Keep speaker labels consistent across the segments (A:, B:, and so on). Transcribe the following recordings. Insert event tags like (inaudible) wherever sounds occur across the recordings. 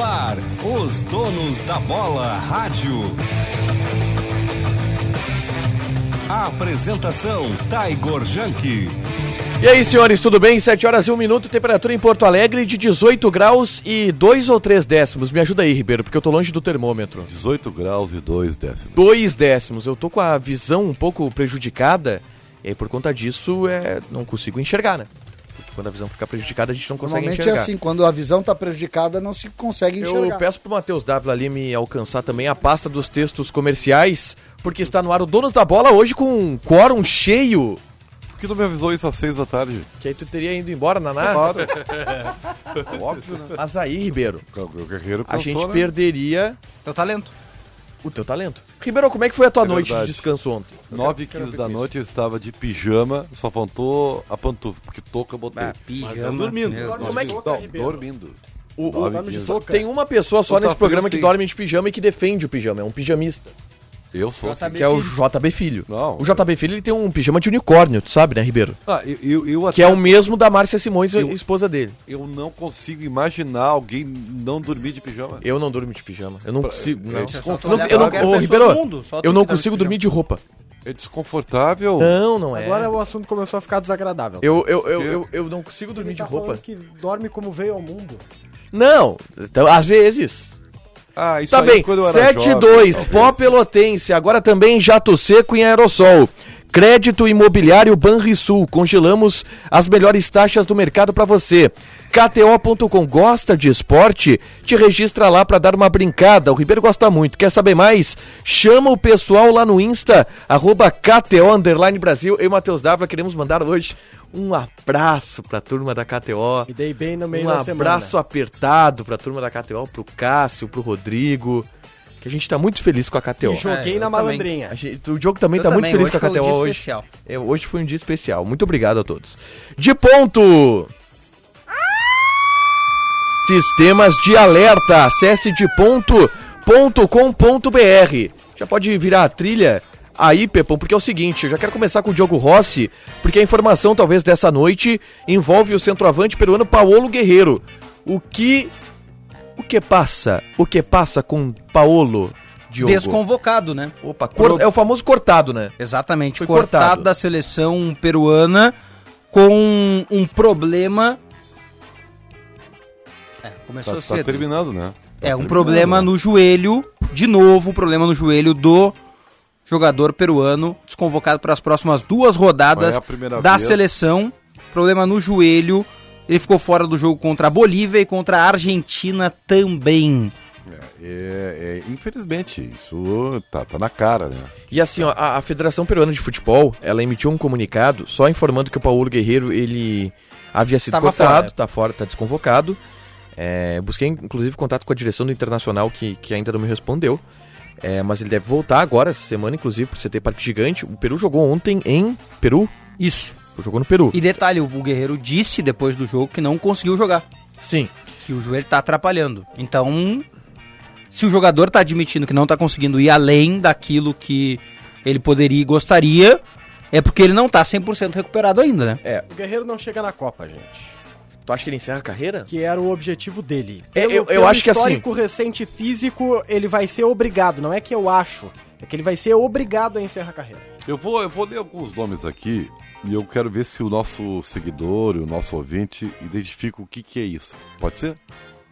A: ar, os donos da bola rádio. Apresentação Taigor Janke.
B: E aí, senhores, tudo bem? 7 horas e 1 minuto, temperatura em Porto Alegre de 18 graus e 2 ou 3 décimos. Me ajuda aí, Ribeiro, porque eu tô longe do termômetro.
C: 18 graus e 2 décimos.
B: 2 décimos. Eu tô com a visão um pouco prejudicada e aí, por conta disso é, não consigo enxergar, né? Porque quando a visão fica prejudicada, a gente não consegue
D: Normalmente é
B: enxergar.
D: assim, quando a visão tá prejudicada, não se consegue enxergar.
B: Eu peço pro Matheus Dávila ali me alcançar também a pasta dos textos comerciais, porque está no ar o Donos da Bola hoje com um quórum cheio.
C: Por que tu me avisou isso às 6 da tarde?
B: Que aí tu teria ido embora, Naná. (laughs)
C: Óbvio, né?
B: Mas aí, Ribeiro,
C: O guerreiro
B: a gente
C: né?
B: perderia
E: Teu talento.
B: o teu talento. Ribeiro, como é que foi a tua
C: É
B: noite de
C: verdade.
B: descanso ontem?
C: 9 e 15 da noite eu estava de pijama, só faltou a pantufa, porque touca eu botei. tá
E: pijama.
C: Não,
B: Como é que-
C: não, dormindo.
B: O- o-
C: Nove dias.
B: tem uma pessoa só
C: Então tá
B: nesse programa
C: frio,
B: que
C: sim.
B: dorme de pijama e que defende o pijama, é um pijamista,
C: Eu sou assim.
B: que é o JB Filho.
C: Não.
B: o JB Filho ele tem um pijama de unicórnio, tu sabe, né, Ribeiro?
C: Ah, eu, eu, eu
B: Que
C: até
B: é o mesmo da Márcia Simões, a
C: Eu-
B: esposa dele.
C: eu não consigo imaginar alguém não dormir de pijama.
B: Eu não durmo de pijama. Eu não consigo. Não.
C: eu
B: Não,
C: desconfio.
B: Eu não, eu
C: Qualquer
B: não, ô,
E: pessoa
B: Ribeiro,
E: do mundo, só tu
B: eu
E: que
B: não
E: dorme de
B: consigo dormir de roupa.
C: É desconfortável.
B: Não, não é.
F: Agora o assunto começou a ficar desagradável.
B: eu, eu, eu, eu, eu não consigo dormir
F: Ele
B: de
F: tá
B: roupa.
F: falando que dorme como veio ao mundo.
B: Não, então, às vezes.
C: Ah, isso
B: Tá
C: aí
B: bem,
C: quando eu era
B: 7 e
C: jovem,
B: 2,
C: talvez.
B: pó pelotense, agora também em jato seco e em aerossol. Crédito imobiliário Banrisul, congelamos as melhores taxas do mercado pra você. KTO.com gosta de esporte? Te registra lá pra dar uma brincada. O Ribeiro gosta muito. Quer saber mais? Chama o pessoal lá no Insta, arroba KTO Underline Brasil. Eu e Matheus Dávila queremos mandar hoje um abraço pra turma da KTO.
F: Me dei bem no meio
B: Um
F: da semana.
B: abraço apertado pra turma da KTO, pro Cássio, pro Rodrigo. Que a gente tá muito feliz com a
F: E
B: KTO.
F: joguei
E: É,
F: na
E: eu também.
F: malandrinha.
B: A gente- o Diogo também
E: Eu
B: tá
E: também,
B: muito feliz
E: hoje
B: com a
E: foi um
B: KTO
E: dia
B: hoje.
E: especial.
B: É, hoje foi um dia especial. Muito obrigado a todos. De ponto! Sistemas de alerta. Acesse de ponto.com.br. Já pode virar a trilha aí, Pepão, porque é o seguinte, eu já quero começar com o Diogo Rossi, porque a informação talvez dessa noite envolve o centroavante peruano Paolo Guerreiro. O que o que passa? O que passa com Paolo Diogo?
E: Desconvocado, né?
B: Opa, cor- é o famoso cortado, né?
E: Exatamente.
B: Foi
E: cortado,
B: cortado.
E: da seleção peruana né, com um problema. É, começou
C: Tá, tá
E: cedo.
C: terminando, né? Tá
E: É, um
C: terminando,
E: problema
C: né?
E: no joelho, de novo, um problema no joelho do jogador peruano, desconvocado para as próximas duas rodadas
C: Não é a primeira
E: da
C: vez.
E: seleção. Problema no joelho. Ele ficou fora do jogo contra a Bolívia e contra a Argentina também.
C: É, é, infelizmente, isso tá, tá na cara, né?
B: E assim, ó, a, a Federação Peruana de Futebol, ela emitiu um comunicado só informando que o Paulo Guerreiro, ele havia sido
E: Tava
B: cortado,
E: fora.
B: tá fora, tá desconvocado. É, busquei, inclusive, contato com a direção do Internacional, que, que ainda não me respondeu. É, mas ele deve voltar agora, essa semana, inclusive, pro CT Parque Gigante. O Peru jogou ontem em Peru?
E: Isso.
B: Jogou no Peru.
E: E detalhe, o Guerreiro disse depois do jogo que não conseguiu jogar,
B: Sim.
E: que o joelho tá atrapalhando. Então, se o jogador tá admitindo que não tá conseguindo ir além daquilo que ele poderia e gostaria, é porque ele não tá 100% recuperado ainda, né?
F: O Guerreiro não chega na Copa, gente.
B: Tu acha que ele encerra a carreira?
F: Que era o objetivo dele.
B: É, eu- eu acho que assim-
F: histórico recente físico, ele vai ser obrigado. Não é que eu acho. É que ele vai ser obrigado a encerrar a carreira.
C: Eu vou, eu vou ler alguns nomes aqui e eu quero ver se o nosso seguidor, o nosso ouvinte, identifica o que, que é isso. Pode ser?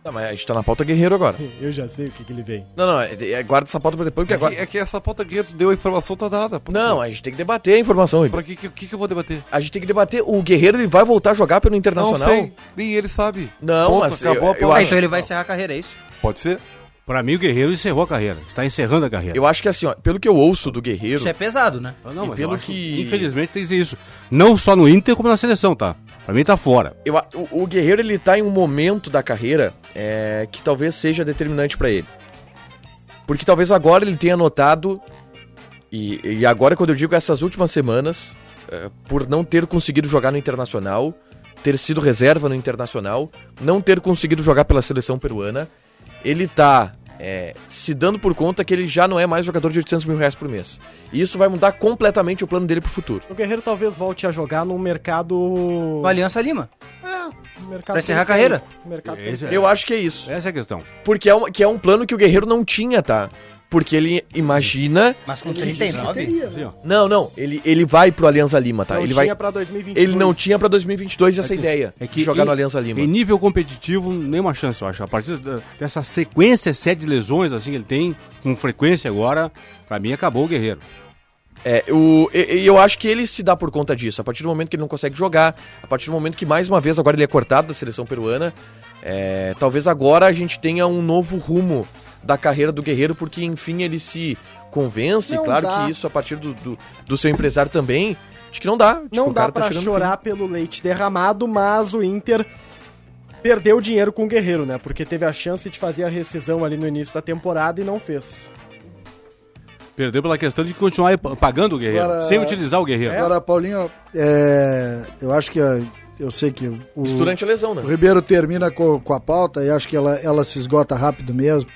B: Não, mas a gente tá na pauta Guerreiro agora.
F: Eu já sei o que, que ele vem.
B: Não, não, é- é- guarda essa pauta pra depois, porque
C: É
B: agora...
C: que, é que essa pauta que tu deu a informação tá dada. Pô.
B: Não, a gente tem que debater a informação, Ribeiro.
C: Pra que, que, que que eu vou debater?
B: A gente tem que debater. O Guerreiro ele vai voltar a jogar pelo Internacional?
C: Não sei, nem ele sabe.
B: Não, mas eu-
C: acabou a
B: eu
C: pauta.
E: Ah,
B: acho-
E: então ele vai encerrar a carreira, é isso?
C: Pode ser?
G: Pra mim, o Guerreiro encerrou a carreira. Está encerrando a carreira.
B: Eu acho que assim, ó, pelo que eu ouço do Guerreiro,
E: Isso é pesado, né?
G: Ah, não,
B: e
G: mas
B: pelo
G: eu acho
B: que-
G: Infelizmente tem que ser isso. Não só no Inter, como na seleção, tá? Pra mim tá fora.
B: eu a- o, o Guerreiro ele tá em um momento da carreira é, que talvez seja determinante pra ele. Porque talvez agora ele tenha notado, e, e agora quando eu digo essas últimas semanas, é, por não ter conseguido jogar no Internacional, ter sido reserva no Internacional, não ter conseguido jogar pela seleção peruana, ele tá é, se dando por conta que ele já não é mais jogador de 800 mil reais por mês. E isso vai mudar completamente o plano dele pro futuro.
F: O Guerreiro talvez volte a jogar num mercado.
E: O Aliança Lima.
F: É, mercado
E: Pra encerrar
F: periférico.
E: a carreira?
F: Mercado
G: Esse é-
B: Eu acho que é isso.
G: Essa é a questão.
B: Porque é, um, que é um plano que o Guerreiro não tinha, tá? Porque ele imagina.
E: Mas com
D: Ele disse que
E: 39?
D: teria, né?
B: Não, não. Ele, ele vai pro Alianza Lima, tá?
F: Não
B: ele
F: tinha
B: vai.
F: pra 2020.
B: Ele não tinha pra 2022 essa
G: É que-
B: ideia
G: é que
B: de jogar
G: em-
B: no Alianza Lima.
G: Em nível competitivo, nenhuma chance, eu acho. A partir da- dessa sequência, sete lesões, assim, que ele tem, com frequência agora, pra mim acabou o Guerreiro.
B: É, o, e, e eu acho que ele se dá por conta disso. A partir do momento que ele não consegue jogar, a partir do momento que mais uma vez agora ele é cortado da seleção peruana, é, talvez agora a gente tenha um novo rumo da carreira do Guerreiro, porque enfim ele se convence,
F: Não
B: e claro
F: dá.
B: que isso a partir do, do, do seu empresário também, de que não dá. Tipo,
F: Não
B: o
F: dá
B: cara tá
F: pra
B: chegando no
F: chorar pelo leite derramado, mas o Inter perdeu dinheiro com o Guerreiro, né? Porque teve a chance de fazer a rescisão ali no início da temporada e não fez.
G: Perdeu pela questão de continuar pa- pagando o Guerreiro,
D: Agora-
G: sem utilizar o Guerreiro.
D: Agora, Paulinho, é, eu acho que a- eu sei que o,
B: fim. Isso durante a lesão, né?
D: o Ribeiro termina com, com a pauta e acho que ela, ela se esgota rápido mesmo.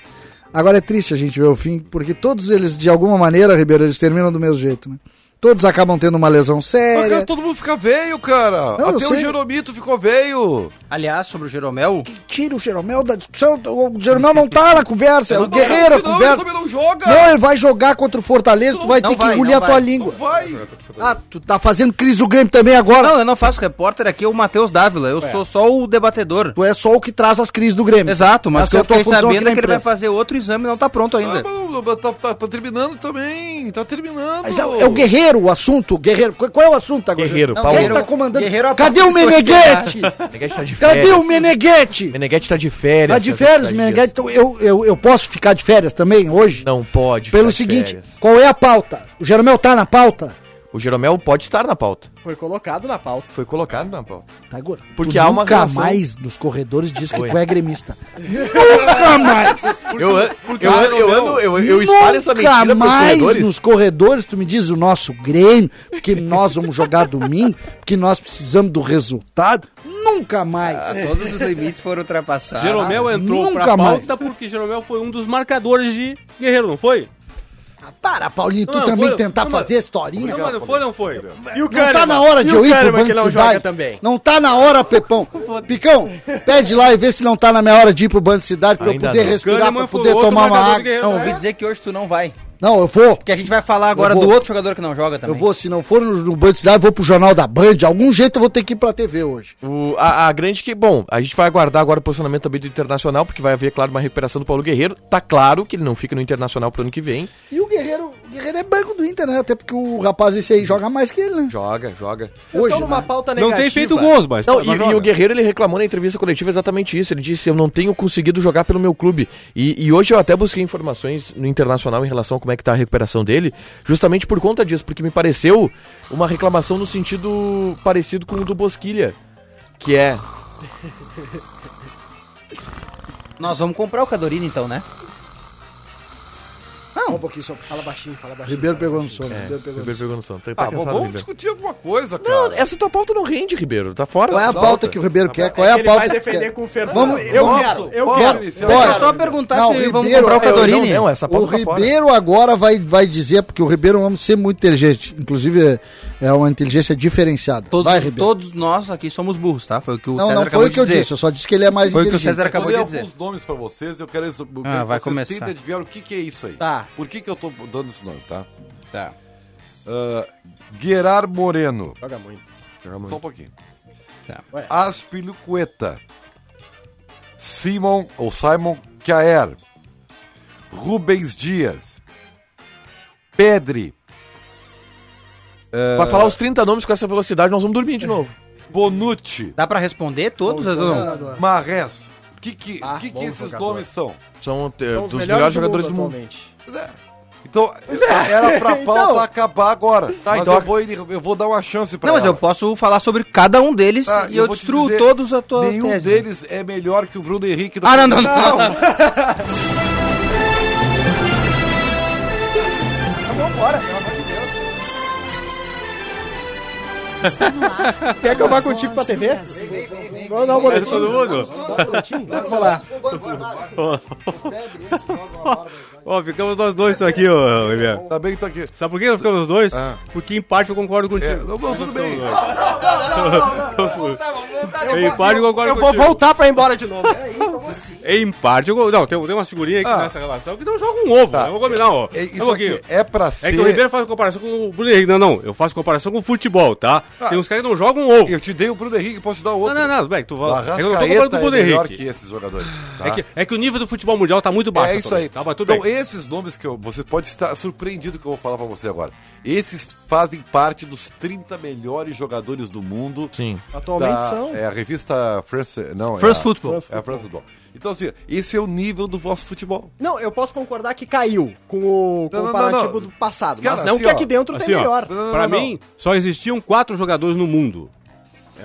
D: Agora é triste a gente ver o fim, porque todos eles, de alguma maneira, Ribeiro, eles terminam do mesmo jeito, né? Todos acabam tendo uma lesão
C: Mas, cara,
D: séria.
C: todo mundo fica velho, cara.
D: Não, eu
C: Até o
D: sei.
C: Jeromito ficou velho.
E: Aliás, sobre o Jeromel,
D: Tira o Jeromel da discussão, o Jeromel não tá na conversa, é o Guerreiro
C: não, não,
D: conversa.
C: ele também não joga.
D: Não, ele vai jogar contra o Fortaleza, tu vai
E: não
D: ter
E: vai,
D: que engolir
E: não
D: a tua
E: vai.
D: língua.
C: vai.
D: Ah, tu tá fazendo crise do Grêmio também agora.
E: Não, eu não faço repórter aqui, é o Matheus Dávila. Eu sou só o debatedor.
D: Tu é só o que traz as crises do Grêmio.
E: Exato, mas
D: Essa é
E: eu
D: a tua
E: fiquei
D: função
E: sabendo é
D: aqui na
E: que ele vai
D: imprensa.
E: fazer outro exame e não tá pronto ainda.
C: Ah, mas, mas tá, tá- tá terminando também. Tá terminando.
D: Mas é, é o Guerreiro o assunto. Guerreiro. Qu- Qual é o assunto agora?
B: Guerreiro,
E: Não,
B: Paulo.
D: Quem
E: Guerreiro-
D: tá comandando?
E: Guerreiro é a
D: Cadê o
E: parte de
D: Meneghete?
B: Meneghete tá de
D: Cadê
B: férias.
D: o Meneghete?
B: Meneghete tá de férias.
D: Tá de
B: né?
D: férias,
B: Tá de
D: Meneghete. Então, Eu, eu, eu posso ficar de férias também hoje?
B: Não pode.
D: Pelo
B: ficar de
D: seguinte,
B: férias.
D: qual é a pauta? O Jeromel tá na pauta?
B: O Jeromel pode estar na pauta.
F: Foi colocado na pauta.
B: Foi colocado na pauta.
D: Tá agora.
B: Porque
D: tu
B: há uma
D: nunca
B: relação-
D: mais nos corredores diz que
B: Oi.
D: tu é gremista. nunca mais!
B: Eu, an- eu, an- eu ando, eu, eu espalho essa mentira
D: Nunca
B: pelos
D: mais
B: corredores.
D: nos corredores tu me diz o nosso Grêmio, que nós vamos jogar domingo, que nós precisamos do resultado. Nunca mais.
E: (laughs)
B: Ah,
E: Todos os limites foram ultrapassados.
G: Jeromel entrou
D: nunca
G: pra
D: mais.
G: pauta porque Jeromel foi um dos marcadores de Guerreiro, não foi?
D: Para, Paulinho, tu
G: Não,
D: também
G: foi-
D: tentar
G: não,
D: fazer historinha.
G: não, mas não foi, não foi.
F: E o
D: Não tá na hora de eu ir pro Banco Cidade. Não tá na hora, Pepão.
B: (laughs)
D: Picão, pede lá e vê se não tá na minha hora de ir pro Banco Cidade pra eu
B: Ainda
D: poder
B: não.
D: respirar, pra
G: Kahneman foi
D: poder
G: outro
D: tomar uma
G: marcador do
D: água.
G: Guerreiro,
E: Não,
G: né?
E: ouvi dizer que hoje tu não vai.
D: Não, eu vou.
E: Porque a gente vai falar agora
D: vou.
E: do outro jogador que não joga
D: Eu
E: também.
D: vou, se não for no, no Banco Cidade, eu vou pro Jornal da Band. De algum jeito eu vou ter que ir pra TV hoje.
B: O- a, a grande que, bom, a gente vai aguardar agora o posicionamento também do Internacional, porque vai haver, claro, uma recuperação do Paulo Guerreiro. Tá claro que ele não fica no Internacional pro ano que vem.
D: E o Guerreiro, o Guerreiro é banco do Inter, né? Até porque o rapaz esse aí joga mais que ele, né?
B: Joga, joga.
F: Hoje,
D: Hoje,
F: numa
D: né?
F: pauta
G: Não
F: negativa.
G: tem feito gols, mas. tá
B: Não,
G: mas
B: e, e
G: joga.
B: o Guerreiro ele reclamou na entrevista coletiva exatamente isso. Ele disse: Eu não tenho conseguido jogar pelo meu clube. E, e hoje eu até busquei informações no internacional em relação a como é que tá a recuperação dele, justamente por conta disso, porque me pareceu uma reclamação no sentido parecido com o do Bosquilha. Que é.
E: Nós vamos comprar o Cadorino então, né?
D: Só um pouquinho, só.
F: Fala baixinho, fala baixinho.
D: Ribeiro pegou no sono,
B: é,
D: Ribeiro pegou no
B: Ribeiro
D: sono.
B: pegou no sono. Tá, tá
C: Ah,
B: cansado,
C: bom, vamos
B: Ribeiro.
C: discutir alguma coisa,
B: Não,
C: cara.
B: essa tua pauta não rende, Ribeiro. Tá fora.
D: Qual é a
B: essa
D: pauta que o Ribeiro quer? Qual é a
F: Ele vai
D: pauta que quer?
F: defender com fervor.
D: Vamos-
F: eu
D: vamos-
F: quero, eu
C: bora,
F: quero.
C: iniciar.
F: eu
D: Bora.
E: Deixa eu
F: quero.
E: só perguntar
D: Não,
E: se vamos
D: Ribeiro-
E: comprar o
B: Eu- não,
E: Cadorini.
B: não, essa
D: O
B: pauta tá fora.
D: Ribeiro agora vai, vai dizer, porque o Ribeiro é um homem ser muito inteligente. Inclusive, é é uma inteligência diferenciada.
E: Todos,
D: vai, Ribeiro.
E: todos nós aqui somos burros, tá? Foi o que o
D: Não,
E: César
D: não
E: acabou
D: foi o
E: de
D: que eu
E: dizer.
D: disse, eu só disse que ele é mais
E: Foi o que o
D: inteligente.
E: César acabou
C: eu dei
E: de
C: alguns
E: dizer.
C: nomes pra vocês, eu quero, isso, eu
E: Ah,
C: quero
E: vai
C: que vocês
E: começar.
C: tentem adivinhar o que, que é isso aí.
F: Tá.
C: Por que, que eu tô dando esse nome, tá?
E: Tá.
C: Ah, Guerard Moreno.
F: Joga muito.
C: Só um pouquinho.
E: Tá.
F: Ué.
C: Aspilicueta. Simon ou Simon Caer. Rubens Dias. Pedri.
B: Vai falar os 30 nomes com essa velocidade, nós vamos dormir de novo.
C: Bonucci.
E: Dá pra responder todos? ou não?
C: Marres. O que, que,
F: Ah,
C: que, que
F: bom
C: esses
F: jogador.
C: nomes são?
B: São
D: É
B: eh,
F: São
B: dos melhores jogadores do mundo.
F: atualmente.
C: Então, era pra pauta
F: Então.
C: acabar agora.
B: Tá,
C: mas
B: então.
C: eu, vou, eu vou dar uma chance pra
E: Não, mas eu
C: ela.
E: posso falar sobre cada um deles
C: Tá,
E: e eu,
C: vou te
E: destruo
C: dizer,
E: todos a tua
C: Nenhum
E: tese.
C: deles é melhor que o Bruno Henrique.
E: Ah, não, não, não.
F: Quer que eu vá contigo pra TV? Não, não,
G: É
F: boletim.
G: todo mundo.
F: Vamos lá.
G: Ó, ficamos nós dois aqui, ô, Ribeiro.
C: Tá bem que tá aqui.
G: Sabe por que nós ficamos os dois? Porque em parte eu concordo contigo.
C: É, não, não, tudo
G: Tá
C: bem.
G: Em parte eu concordo
F: Eu vou
G: contigo.
F: voltar pra ir embora de novo.
G: Em parte eu concordo. Não, tem, tem umas figurinhas aqui nessa relação que não jogam um ovo. né? Vamos combinar, ó.
C: Ah. É,
G: Tá
C: isso
G: bom
C: aqui é pra ser.
G: É que o Ribeiro faz comparação com o Bruno Henrique. Não, não. Eu faço comparação com o futebol, tá? Tem uns caras que não jogam um ovo.
C: Ah. Eu te dei o Bruno Henrique, posso te dar
G: Não,
C: outro.
G: não, não. Bem, tu
C: O
G: fala. É que eu tô comparando
C: Arrascaeta
G: com o
C: é
G: Bruno
C: melhor
G: Henrique.
C: que esses jogadores. tá?
G: É, que, é que o nível do futebol mundial tá muito baixo.
C: É isso
G: também,
C: aí.
G: Tá, mas tudo
C: então,
G: bem.
C: esses nomes que eu, você pode estar surpreendido que eu vou falar pra você agora. Esses fazem parte dos 30 melhores jogadores do mundo.
B: Sim.
F: Atualmente
C: da-
F: são.
C: É a revista France. Não,
E: First
C: é a,
E: Football.
C: É a France Football. Então, assim, esse é o nível do vosso futebol.
F: Não, eu posso concordar que caiu com o
C: Não, não,
F: comparativo
C: não, não.
F: do passado.
C: Cara,
F: mas não
C: assim,
F: que
C: ó,
F: aqui dentro
G: Assim,
F: tem
G: ó,
F: melhor.
C: não,
G: pra
C: não.
G: mim, só existiam quatro jogadores no mundo. É,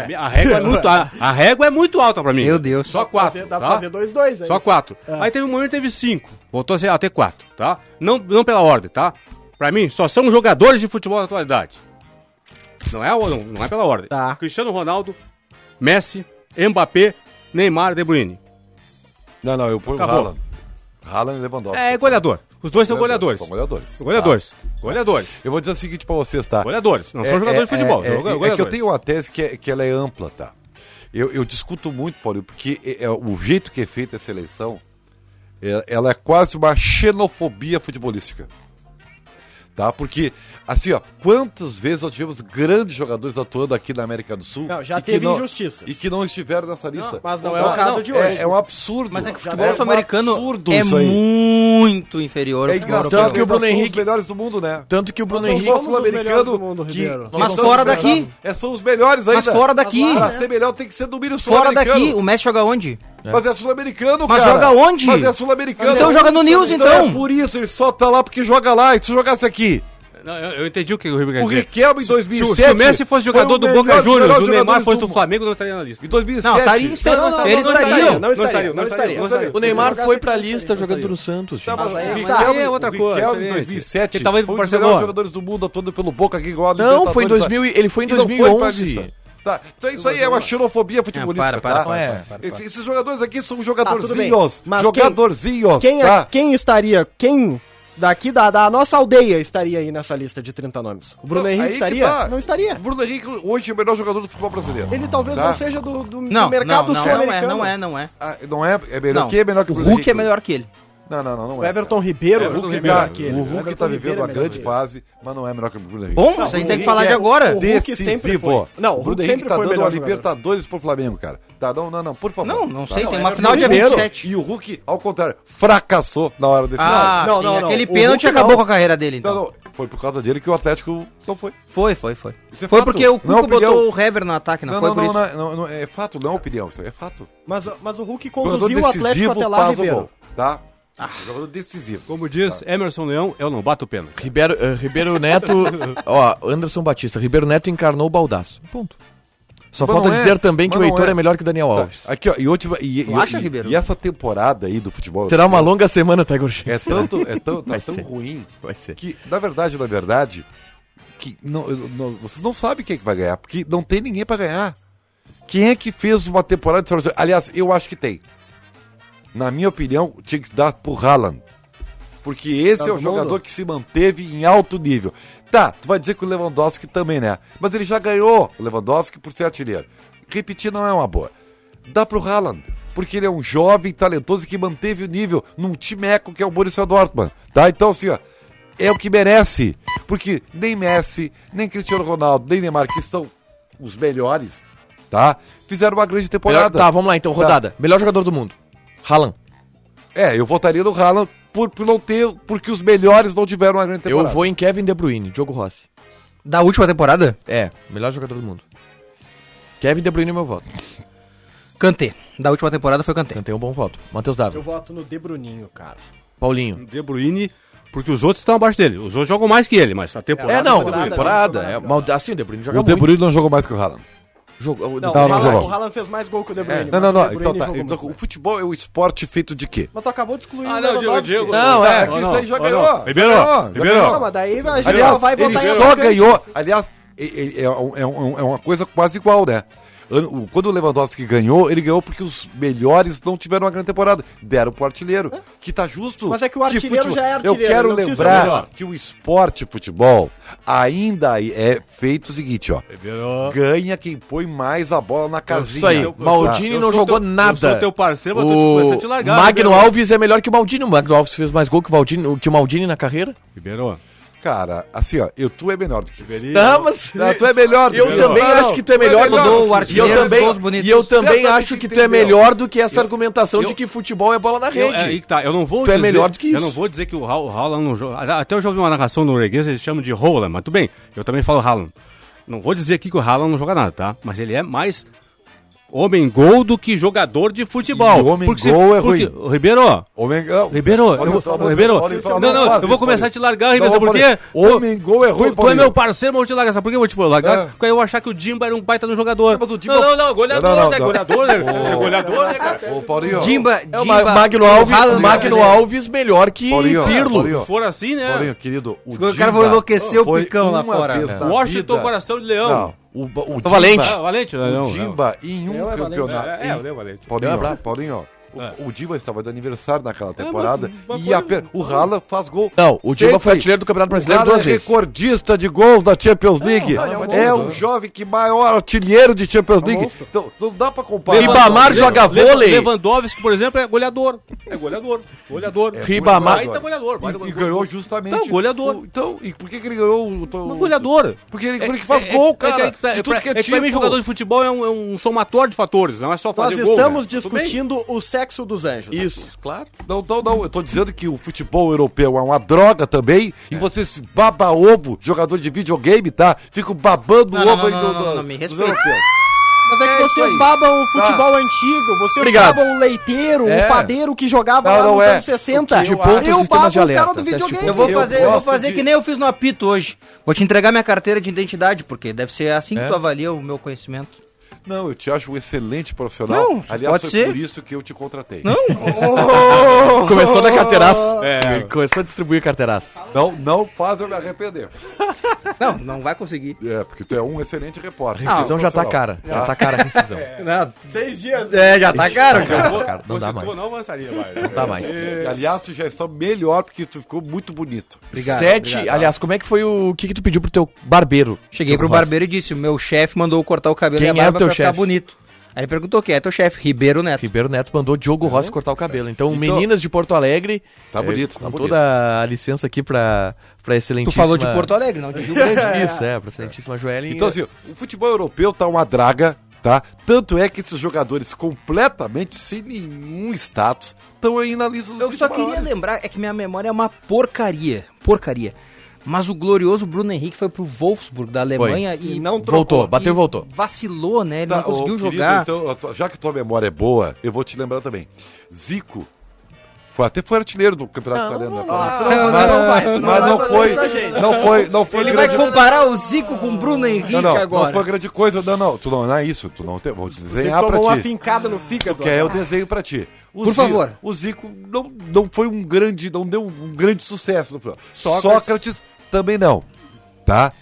G: é, é, a, régua é muito, a, a régua é muito alta pra mim.
E: Meu Deus.
G: Só quatro.
F: Dá pra
G: tá?
F: fazer dois, dois aí.
G: Só quatro.
C: É.
G: Aí teve um momento que teve cinco. Voltou a ser até quatro, tá? Não, não pela ordem, tá? Pra mim, só são jogadores de futebol da atualidade. Não é, a- não, não é pela ordem.
F: Tá.
G: Cristiano Ronaldo, Messi, Mbappé, Neymar, De Bruyne. É,
C: Não, não, eu ponho o
G: Acabou.
C: Haaland. Haaland e Lewandowski.
G: É goleador. Os dois são goleadores.
C: São goleadores. tá?
G: Goleadores. Goleadores.
C: Eu vou dizer o seguinte pra vocês, tá?
G: Goleadores. Não são
C: É,
G: jogadores
C: é,
G: de futebol.
C: é,
G: são
C: é,
G: goleadores.
C: é que eu tenho uma tese que, é- que ela é ampla, tá? Eu, eu discuto muito, Paulo, porque é- é o jeito que é feita essa eleição, é- ela é quase uma xenofobia futebolística. Tá? Porque, assim, ó, quantas vezes nós tivemos grandes jogadores atuando aqui na América do Sul
F: Não, já
C: e que
F: teve
C: não-
F: injustiças.
C: E que não estiveram nessa lista.
F: mas não é o caso de hoje.
C: É, é um absurdo.
E: Mas é que o
C: É
E: futebol
C: um
E: sul-americano
C: absurdo
E: é
C: isso aí.
E: muito inferior
C: É
E: ao futebol
C: engraçado
E: europeu.
C: que o Bruno Henrique... os
B: Henrique-
C: melhores do mundo, né?
B: Tanto que o Bruno
F: não
B: Henrique.
F: somos os melhores do mundo, Ribeiro.
E: Mas fora daqui.
C: É, são os melhores ainda.
E: Mas fora daqui.
C: Pra ser melhor tem que ser do mínimo
E: Fora daqui.
C: sul-americano.
E: O Messi joga onde?
C: Mas é sul-americano,
E: Mas
C: cara.
E: joga onde?
C: Mas é sul-americano.
E: Então joga no News, então.
C: é por isso, ele só tá lá porque joga lá. E se jogasse aqui,
G: Não, eu, eu entendi o que o Ribeiro quer
C: o
G: dizer.
C: Riquelme em
G: Se,
C: 2007...
G: o- se o Messi fosse
C: foi
G: jogador
C: o
G: do
C: melhor
G: Boca
C: dos
G: Juniors,
C: melhores
G: o Neymar
C: jogadores
G: fosse do
C: mundo.
G: Flamengo, não estaria na lista.
C: Em 2007...
E: Não, tá aí,
F: Não, não, não,
E: eles
F: não
E: estariam.
F: não estaria, não estaria, não estaria.
B: O Neymar foi pra lista jogando no Santos.
C: Tá,
B: gente.
C: mas o
G: mas aí
C: Riquelme,
G: é outra
C: o Riquelme
G: coisa,
C: em
G: diferente.
C: 2007
G: Ele tava indo pro
C: foi um dos
G: Barcelona.
C: melhores jogadores do mundo atuando pelo Boca aqui igual a
B: Não, foi em 2000, e- ele foi em
C: E não foi pra
B: 2011.
C: lista. Tá, então isso aí é uma xenofobia futebolística.
E: Ah, para, para,
C: tá?
E: para,
B: para, para,
C: Esses-
E: para.
C: Esses jogadores aqui são jogadorzinhos.
F: É. Ah, bem. Mas quem-
C: jogadorzinhos.
F: Quem,
C: tá?
F: a- quem estaria, quem daqui da, da nossa aldeia estaria aí nessa lista de 30 nomes? O Bruno
C: Não, aí
F: Henrique
C: que
F: estaria?
C: tá.
F: Não estaria.
C: Bruno Henrique hoje é o melhor jogador do futebol brasileiro.
F: Ele talvez
C: Tá.
F: não seja do, do- do
E: Não, não,
F: mercado
E: não, não é,
F: sul-americano.
E: não é, não é.
C: Ah, não é? É melhor
E: Não.
C: que é melhor que
E: O Hulk é melhor que ele.
C: Não, não, não, não
F: O
C: é.
F: Everton Ribeiro,
G: Everton
F: o Hulk
G: Ribeiro.
F: tá
C: Cara,
F: aqui.
C: o Hulk tá
F: é
C: vivendo uma grande
F: fase.
C: fase, mas não é melhor que o Bruno Henrique.
E: Bom, mas a gente tem que falar de agora.
F: o Hulk sempre foi.
C: Não,
F: Não,
C: o
F: o
C: Bruno
F: Hulk
C: Henrique
F: sempre
C: tá
F: foi o
C: dando
F: melhor
C: a
F: jogador.
C: Libertadores pro Flamengo, cara. Tá, não, não, não, por favor.
E: Não, não
C: Tá?
E: sei, tem uma
F: é
E: final dia
F: primeiro.
E: 27.
C: E o Hulk, ao contrário, fracassou na hora desse
E: Ah,
F: Não,
E: sim,
F: não, não.
E: aquele
F: O
E: pênalti
F: Hulk
E: acabou
F: não.
E: com a carreira dele, então.
C: Não, não, foi por causa dele que o Atlético não foi.
E: Foi, foi, foi.
C: Isso é
E: foi
C: fato.
E: porque o
C: Não é
E: Cuca botou
C: opinião.
E: o Hever no ataque, não, foi por isso.
C: Não, não, não, é fato, não é opinião, isso é fato.
F: Mas, mas o Hulk
C: Jogador
F: conduziu o Atlético
C: decisivo
F: até lá,
C: faz o
F: Ribeiro.
C: gol, tá?
E: Ah.
C: Jogador decisivo.
G: Como diz
C: Tá.
G: Emerson Leão, eu não bato pena.
B: Ribeiro, eh, Ribeiro
C: (laughs)
B: Neto. ó, Anderson Batista. Ribeiro Neto encarnou o baldaço. Ponto. Só
C: Mas
B: falta
C: não é,
B: dizer também que
C: mas
B: o
C: não
B: Heitor
C: é.
B: é. melhor que o Daniel Alves.
C: Tá. Aqui, ó, e, última, e,
E: Tu
C: e-
E: acha,
C: e-
E: Ribeiro?
C: e essa temporada aí do futebol
B: Será uma longa semana, Tiger Shanks.
C: é tanto, é tão, tá
B: Vai
C: tão
B: ser.
C: ruim
B: Vai ser.
C: que, na verdade, na verdade, que não, eu- não- você não sabe quem é que vai ganhar, porque não tem ninguém pra ganhar. Quem é que fez uma temporada de seleção? Aliás, eu acho que tem. Na minha opinião, tinha que dar pro Haaland. Porque esse é o
F: Todo
C: jogador
F: mundo?
C: que se manteve em alto nível. Tá, tu vai dizer que o Lewandowski também, né? Mas ele já ganhou o Lewandowski por ser artilheiro. Repetir não é uma boa. Dá pro Haaland. Porque ele é um jovem talentoso que manteve o nível num timeco que é o Borussia Dortmund. Tá? Então, assim, ó. É o que merece. Porque nem Messi, nem Cristiano Ronaldo, nem Neymar, que são os melhores, tá? Fizeram uma grande
B: Melhor,
C: temporada.
B: tá, vamos lá então,
C: Tá.
B: rodada. Melhor jogador do mundo. Haaland.
C: É, eu votaria no Haaland por, por não ter, porque os melhores não tiveram uma grande
B: Eu
C: temporada.
B: vou em Kevin De Bruyne, Diogo Rossi.
E: Da última temporada?
B: É, melhor jogador do mundo. Kevin De Bruyne é meu voto.
E: Kanté. Da última temporada foi Kanté.
B: Cantei um bom voto. Matheus Dávila.
F: Eu voto no De Bruninho, cara.
B: Paulinho.
G: De Bruyne, porque os outros estão abaixo dele. Os outros jogam mais que ele, mas a temporada...
B: É, não,
F: temporada,
B: temporada.
F: temporada.
B: é, mal, assim, o De Bruyne joga
C: né? O De
B: muito.
C: Bruyne não jogou mais que o Haaland.
B: Jogou-
F: Não,
C: Tá,
F: o,
C: não
F: Haaland,
C: jogou.
F: o Haaland fez mais gol que o De Bruyne.
C: Não,
F: mas o
C: não, não.
F: De
C: Então
F: Bruyne
C: tá.
F: jogou
C: então
F: muito.
C: o futebol é um esporte feito de quê?
F: Mas tu acabou de
B: É,
F: excluir
G: Ah, não, Diego,
F: Lewandowski.
G: Diego.
B: Não, é.
C: Aqui isso aí já
G: Ó, não.
C: ganhou.
G: Ribeiro,
C: Já ganhou, já
G: Ribeiro.
C: ganhou.
F: Não, mas daí a gente
C: Aliás,
F: só vai
C: ele
F: votar em
C: só
F: atacante.
C: ganhou. Aliás, e- e- é, um- é um- é uma coisa quase igual, né? Ano- o- Quando o Lewandowski ganhou, ele ganhou porque os melhores não tiveram uma grande temporada. Deram pro artilheiro, que tá justo.
F: Mas é que o artilheiro
C: futebol-
F: já é
C: Eu
F: artilheiro,
C: quero
F: não precisa ser
C: lembrar
F: melhor.
C: que o esporte futebol ainda é feito o seguinte, ó.
F: É
C: Ganha quem põe mais a bola na casinha.
B: Isso aí,
C: Tá?
B: Maldini
G: Eu
B: não
G: sou
B: jogou
G: teu- eu
B: nada.
G: sou teu parceiro, mas eu tô te-
B: o
G: comecei a te largar,
B: Magno
G: Ribeiro.
B: Alves é melhor que o Maldini. O Magno Alves fez mais gol que o, Valdini- que o Maldini na carreira.
G: Ribeiro.
C: Cara, assim, ó, eu, tu é melhor do que isso.
B: Não, mas...
C: Ah, tu é melhor do
B: Eu
C: que isso.
B: também
C: Não,
B: acho que tu é melhor,
C: melhor
B: do
C: do que
B: o artilheiro. E eu
E: isso.
B: também,
E: Gols bonitos.
B: e eu também
C: Certamente
B: acho que tu é
C: entendeu.
B: melhor do que essa argumentação de
G: eu-
B: que futebol é bola na
G: Eu, é,
B: rede.
G: aí que tá, eu não vou
B: Tu é melhor do que isso.
G: Eu não vou dizer que o Haaland Haaland não joga. Até eu já ouvi uma narração norueguesa, eles chamam de Haaland, mas tudo bem, eu também falo Haaland. Não vou dizer aqui que o Haaland não joga nada, tá? Mas ele é mais homem gol do que jogador de futebol.
C: E homem
G: se-
C: gol é
G: porque-
C: ruim.
G: Ô, Ribeiro,
C: Homem gol.
G: Ribeiro,
C: Olha
G: eu,
C: só,
G: vou- Ribeiro,
C: olha então só,
G: não, não,
C: faz
G: eu vou
C: isso,
G: começar a
C: Paulinho.
G: te largar,
C: Não,
G: Ribeiro, sabe por
C: Paulinho,
G: quê?
C: Então Homem gol é
G: Tu,
C: ruim,
G: tu é
C: Paulinho.
G: meu parceiro, mas eu vou te largar, sabe por que eu vou te largar?
C: É.
G: Porque aí eu vou achar que o Dimba era um baita no jogador.
C: mas o Dimba- é um
G: Não, não, não, goleador,
C: Não, não,
G: né,
C: não.
G: goleador, né?
C: Ô.
G: Goleador, né, cara?
C: Ô, Paulinho.
E: Dimba,
B: É o
E: Dimba-
B: Ma- Magno Alves,
E: Haaland
B: Magno
E: brasileiro.
B: Alves melhor que
C: Paulinho,
B: Pirlo.
C: Paulinho.
G: Se for assim, né?
C: Paulinho, querido, o,
E: O cara vai enlouquecer o
C: foi
E: picão lá
C: uma
E: fora,
C: vez
E: né?
C: na
G: Washington,
C: vida-
G: coração de leão.
C: Não, o, ba- o Dimba,
B: Valente.
G: Ah, Valente, não, não,
C: O
G: não.
C: Dimba, em um
F: Leão é Valente.
C: campeonato.
G: É,
C: em-
G: é, o Leão Valente.
C: Paulinho,
B: Leão é brabo.
C: Paulinho, o,
G: É.
C: o Dimba estava de aniversário naquela
G: mas
C: temporada.
G: uma
C: e
G: coisa-
C: ape- o Rala faz gol.
B: Não, o Dilma
C: sempre.
B: foi artilheiro do Campeonato
C: O
B: Brasileiro
C: Haaland
B: duas
C: é
B: vezes.
C: recordista de gols da Champions League. é, um jovem que maior artilheiro de
G: É
C: Champions
G: um
C: League. então, não dá pra comparar. Então,
B: Ribamar joga
G: Levan-
B: vôlei.
G: Lewandowski, por exemplo, é goleador. É goleador. Goleador.
B: Ribamar-
G: Baita goleador. baita
C: É E, e
G: goleador.
C: ganhou justamente.
G: Então, goleador.
C: O- Então, e por que, que ele ganhou o. o-
G: Um goleador.
C: Porque ele,
G: É-
C: porque ele faz
G: é-
C: gol,
G: é-
C: cara.
G: É, é, que tá-
C: de
G: é,
C: tudo
G: pra-
C: que é,
G: é que pra mim,
C: tipo.
G: jogador de futebol é um, é um somatório de fatores, não é só
F: Nós
G: fazer gol.
F: estamos
G: né? Tudo bem?
F: discutindo o sexo dos anjos.
B: Isso, claro.
C: Não, não, não. Eu tô dizendo que o futebol europeu é uma droga também. E
E: É.
C: vocês baba ovo, jogador de videogame, tá? Ficam babando
E: Não, não,
C: ovo
E: não,
C: aí
E: não,
C: do,
E: não,
C: do-
E: não, não, me
C: dos
E: respeita.
C: europeus.
F: Mas é Tá. que
C: É isso
F: vocês
C: aí.
F: babam o futebol antigo, vocês
B: Obrigado.
F: babam o leiteiro,
B: É.
F: o padeiro que jogava
C: Não,
F: lá
C: não
F: nos
C: é.
F: anos 60.
C: Eu- de
F: Eu,
C: ponto,
F: babo
B: sistemas de
F: o cara do
B: alerta, acesso de
F: videogame.
B: ponto.
E: Eu vou
C: Eu
E: fazer, eu vou
C: gosto
E: fazer
C: de-
E: que nem eu fiz no apito hoje. Vou te entregar minha carteira de identidade, porque deve ser assim que tu avalia o meu conhecimento.
C: Não, eu te acho um excelente profissional.
E: Não,
C: Aliás,
E: pode
C: foi
E: ser.
C: por isso que eu te contratei. Não,
B: Começou na carteiraça.
G: É.
B: Começou a distribuir carteiraça.
C: não, não faz eu me arrepender.
E: Não, não vai conseguir.
C: É, porque tu é um excelente repórter.
B: A rescisão
C: Ah,
B: já tá
C: profissional.
B: cara. Já tá cara a rescisão.
E: Não,
F: Seis dias.
E: é, já tá caro,
G: Eu
E: já.
G: vou-
B: Cara, não
G: você
B: dá mais.
G: Não avançaria mais.
B: Não dá mais.
C: É. Aliás, tu já está melhor porque tu ficou muito bonito.
E: Obrigado,
B: Sete.
E: obrigado.
B: Aliás, como é que foi o. O que, que tu pediu pro teu barbeiro?
E: Cheguei pro
B: Rosa.
E: barbeiro e disse: o meu chefe mandou eu cortar o cabelo
B: Quem
E: e a
B: é
E: barba
B: o teu
E: pra ficar
B: chefe?
E: bonito. Aí ele perguntou: quem é teu chefe? Ribeiro Neto.
B: Ribeiro Neto mandou Diogo
E: Uhum.
B: Rossi cortar o cabelo. Então, meninas de Porto Alegre.
E: É,
C: Tá bonito, tá
B: com
C: bonito.
B: toda a licença aqui pra, pra excelentíssima.
E: Tu falou de Porto Alegre, não de
B: (laughs)
E: Rio Grande.
B: Alegre. Isso, é, pra excelentíssima Joelha.
C: Então, assim, o futebol europeu tá uma draga, tá? Tanto é que esses jogadores completamente sem nenhum status estão aí na lista dos
E: Eu só
C: cinco
E: queria
C: maiores.
E: lembrar, é que minha memória é uma porcaria. Porcaria. Mas o glorioso Bruno Henrique foi pro Wolfsburg da Alemanha e não
B: Voltou, bateu e voltou.
E: Vacilou, né? Ele
C: Tá,
E: não conseguiu
C: ô, querido,
E: jogar.
C: então, a tua- já que tua memória é boa, eu vou te lembrar também. Zico foi até foi artilheiro do campeonato italiano. né?
E: não,
C: mas
E: não vai,
C: mas não
F: fazer
C: foi,
F: isso com a gente.
C: não foi, não foi
E: Ele vai
C: grande-
E: comparar o Zico com o Bruno Henrique
C: não, não, não
E: agora.
C: foi grande coisa, não, não, tu não, não é isso, tu não tem, vou
F: Ele
C: desenhar
F: tomou uma
C: pra ti.
F: fincada no fígado.
C: Que é o desenho pra ti. O
E: Por favor.
C: O Zico não, não foi um grande, não deu um grande sucesso no futebol.
E: Sócrates.
C: Sócrates, também não, tá?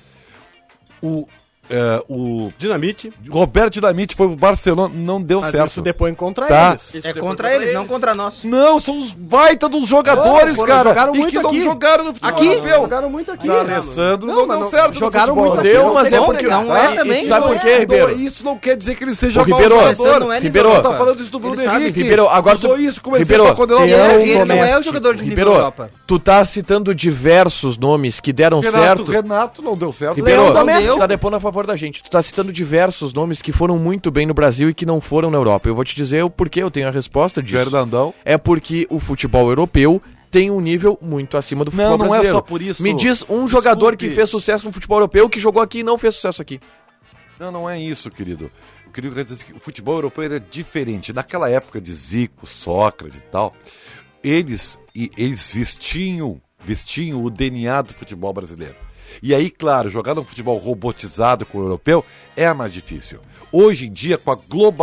C: O, é, o
G: Dinamite.
C: tá? Roberto Dinamite foi pro Barcelona, não deu
F: Mas
C: certo.
F: isso depõe contra
C: Tá.
F: eles.
E: É contra eles, não contra nós.
C: Não, são os baita dos jogadores,
F: Foram,
C: cara.
F: jogaram
C: e
F: muito
C: que não
F: aqui.
C: jogaram no futebol
E: Aqui?
C: europeu.
F: Jogaram muito aqui.
C: Da Alessandro Tá não,
F: mas
C: deu certo. no
F: Jogaram
C: futebol.
F: muito aqui.
B: Deu,
F: não
B: mas
F: tem
B: é
F: como
B: porque-
F: negar.
E: Não é também.
B: Sabe por quê,
C: Então,
B: Ribeiro?
C: isso não quer dizer que ele seja
B: Ô, Ribeiro,
C: mau
E: Alessandro não
C: jogador.
E: é nível
B: Ribeiro,
C: Não
E: Europa.
C: tá falando isso do Bruno
E: Ele sabe.
C: Henrique.
B: Ribeiro, agora
C: Usou
B: tu-
C: isso, comecei
B: Ribeiro,
C: a condenar o
B: tem
C: Bruno
B: um
E: Ele não é o
B: doméstico.
E: jogador de nível
B: Ribeiro,
E: Europa.
B: tu tá citando diversos nomes que deram
C: Renato,
B: certo.
C: Renato não deu certo.
B: Ribeiro,
F: Leão
B: tu
F: doméstico.
B: tá depondo a favor da gente. Tu tá citando diversos nomes que foram muito bem no Brasil e que não foram na Europa. Eu vou te dizer o porquê eu tenho a resposta disso.
C: Fernandão.
B: É porque o futebol europeu tem um nível muito acima do futebol
C: não é
B: brasileiro.
C: só por isso.
B: Me diz um jogador que
C: Desculpe.
B: fez sucesso no futebol europeu que jogou aqui e não fez sucesso aqui.
C: Não, não é isso, querido. Eu queria dizer que o futebol europeu era diferente. Naquela época de Zico, Sócrates e tal, eles, e- eles vestiam, vestiam o DNA do futebol brasileiro. E aí, claro, jogar num futebol robotizado com o europeu é mais difícil. Hoje em dia, com a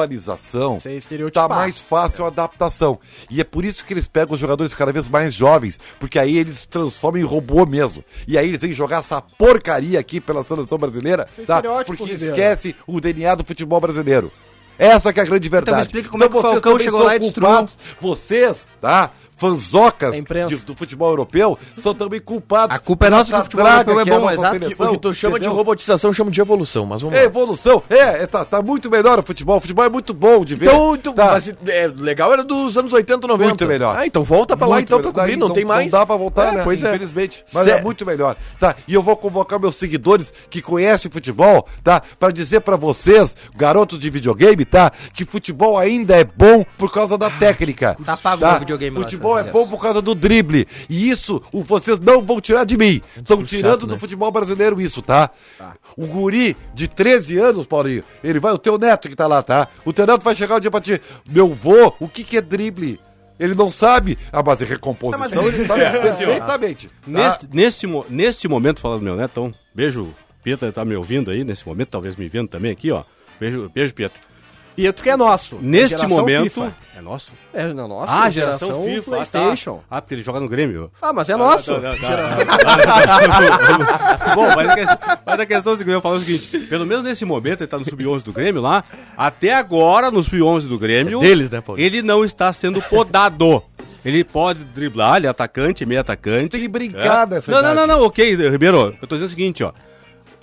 C: globalização,
F: Sem
C: tá
F: estereotipar. É.
C: mais fácil a adaptação. E é por isso que eles pegam os jogadores cada vez mais jovens, porque aí eles se transformam em robô mesmo. E aí eles têm que jogar essa porcaria aqui pela seleção brasileira,
F: Esse
C: tá?
F: é estereótipo,
C: porque
F: Ribeiro.
C: esquece o DNA do futebol brasileiro. Essa que é a grande verdade. Então,
E: explica como é que o
C: vocês
E: Falcão
C: também
E: chegou
C: são
E: lá e destruiu.
C: culpados. Vocês, tá? Fanzocas
F: A imprensa.
C: de- do futebol europeu são também culpados.
E: A culpa é nossa
C: dessa
E: que o futebol
C: draga
E: europeu é
C: que
E: bom, exato.
C: nossa
B: O que tu chama de
C: entendeu?
B: robotização, eu chamo de evolução, mas vamos
C: É
B: lá.
C: evolução. É, é, tá, tá muito melhor o futebol. O futebol é muito bom de ver.
B: Então, tu-
C: tá.
B: mas, é, legal era dos anos 80, 90.
C: Muito melhor.
B: Ah, então volta pra lá
C: Muito
B: então pra
C: melhor.
B: cobrir,
C: Daí
B: não, tem mais.
C: Não dá pra voltar,
B: É,
C: né?
B: Pois é.
C: Infelizmente. Mas é
B: Certo.
C: muito melhor, tá? E eu vou convocar meus seguidores que conhecem futebol, tá? Pra dizer pra vocês, garotos de videogame, tá? Que futebol ainda é bom por causa da técnica.
E: tá pago meu videogame lá, tá
C: Futebol é
E: Deus.
C: bom por causa do drible. E isso o, vocês não vão tirar de mim. Estão tirando do futebol brasileiro isso, tá? O guri de 13 anos, Paulinho, ele vai, o teu neto que tá lá, tá? O teu neto vai chegar um dia pra ti, meu vô, o que que é drible? Ele não sabe. Ah, mas é recomposição, ele sabe perfeitamente. tá?
G: Neste, neste, mo- neste momento, falando do meu neto, então, beijo, Pietro tá me ouvindo aí nesse momento, talvez me vendo também aqui, ó. Beijo, beijo Pietro.
F: Pietro que é nosso.
G: Neste
F: Geração
G: momento.
F: FIFA.
G: É nosso?
F: É, não, nossa.
G: ah, geração, FIFA, ah, tá.
F: PlayStation.
G: Ah, porque ele joga no Grêmio.
F: Ah, mas é nosso.
G: (laughs) Bom, mas a, questão, mas a questão é o seguinte, eu falo o seguinte, pelo menos nesse momento, ele tá no sub-11 do Grêmio lá, até agora, no sub-11 do Grêmio,
B: É deles, né, Paulinho?
G: ele não está sendo podado. Ele pode driblar, ele é atacante, meio atacante. É.
C: Tem que brincar dessa
G: Não, não,
C: idade.
G: não, não, ok, Ribeiro, eu tô dizendo o seguinte, ó,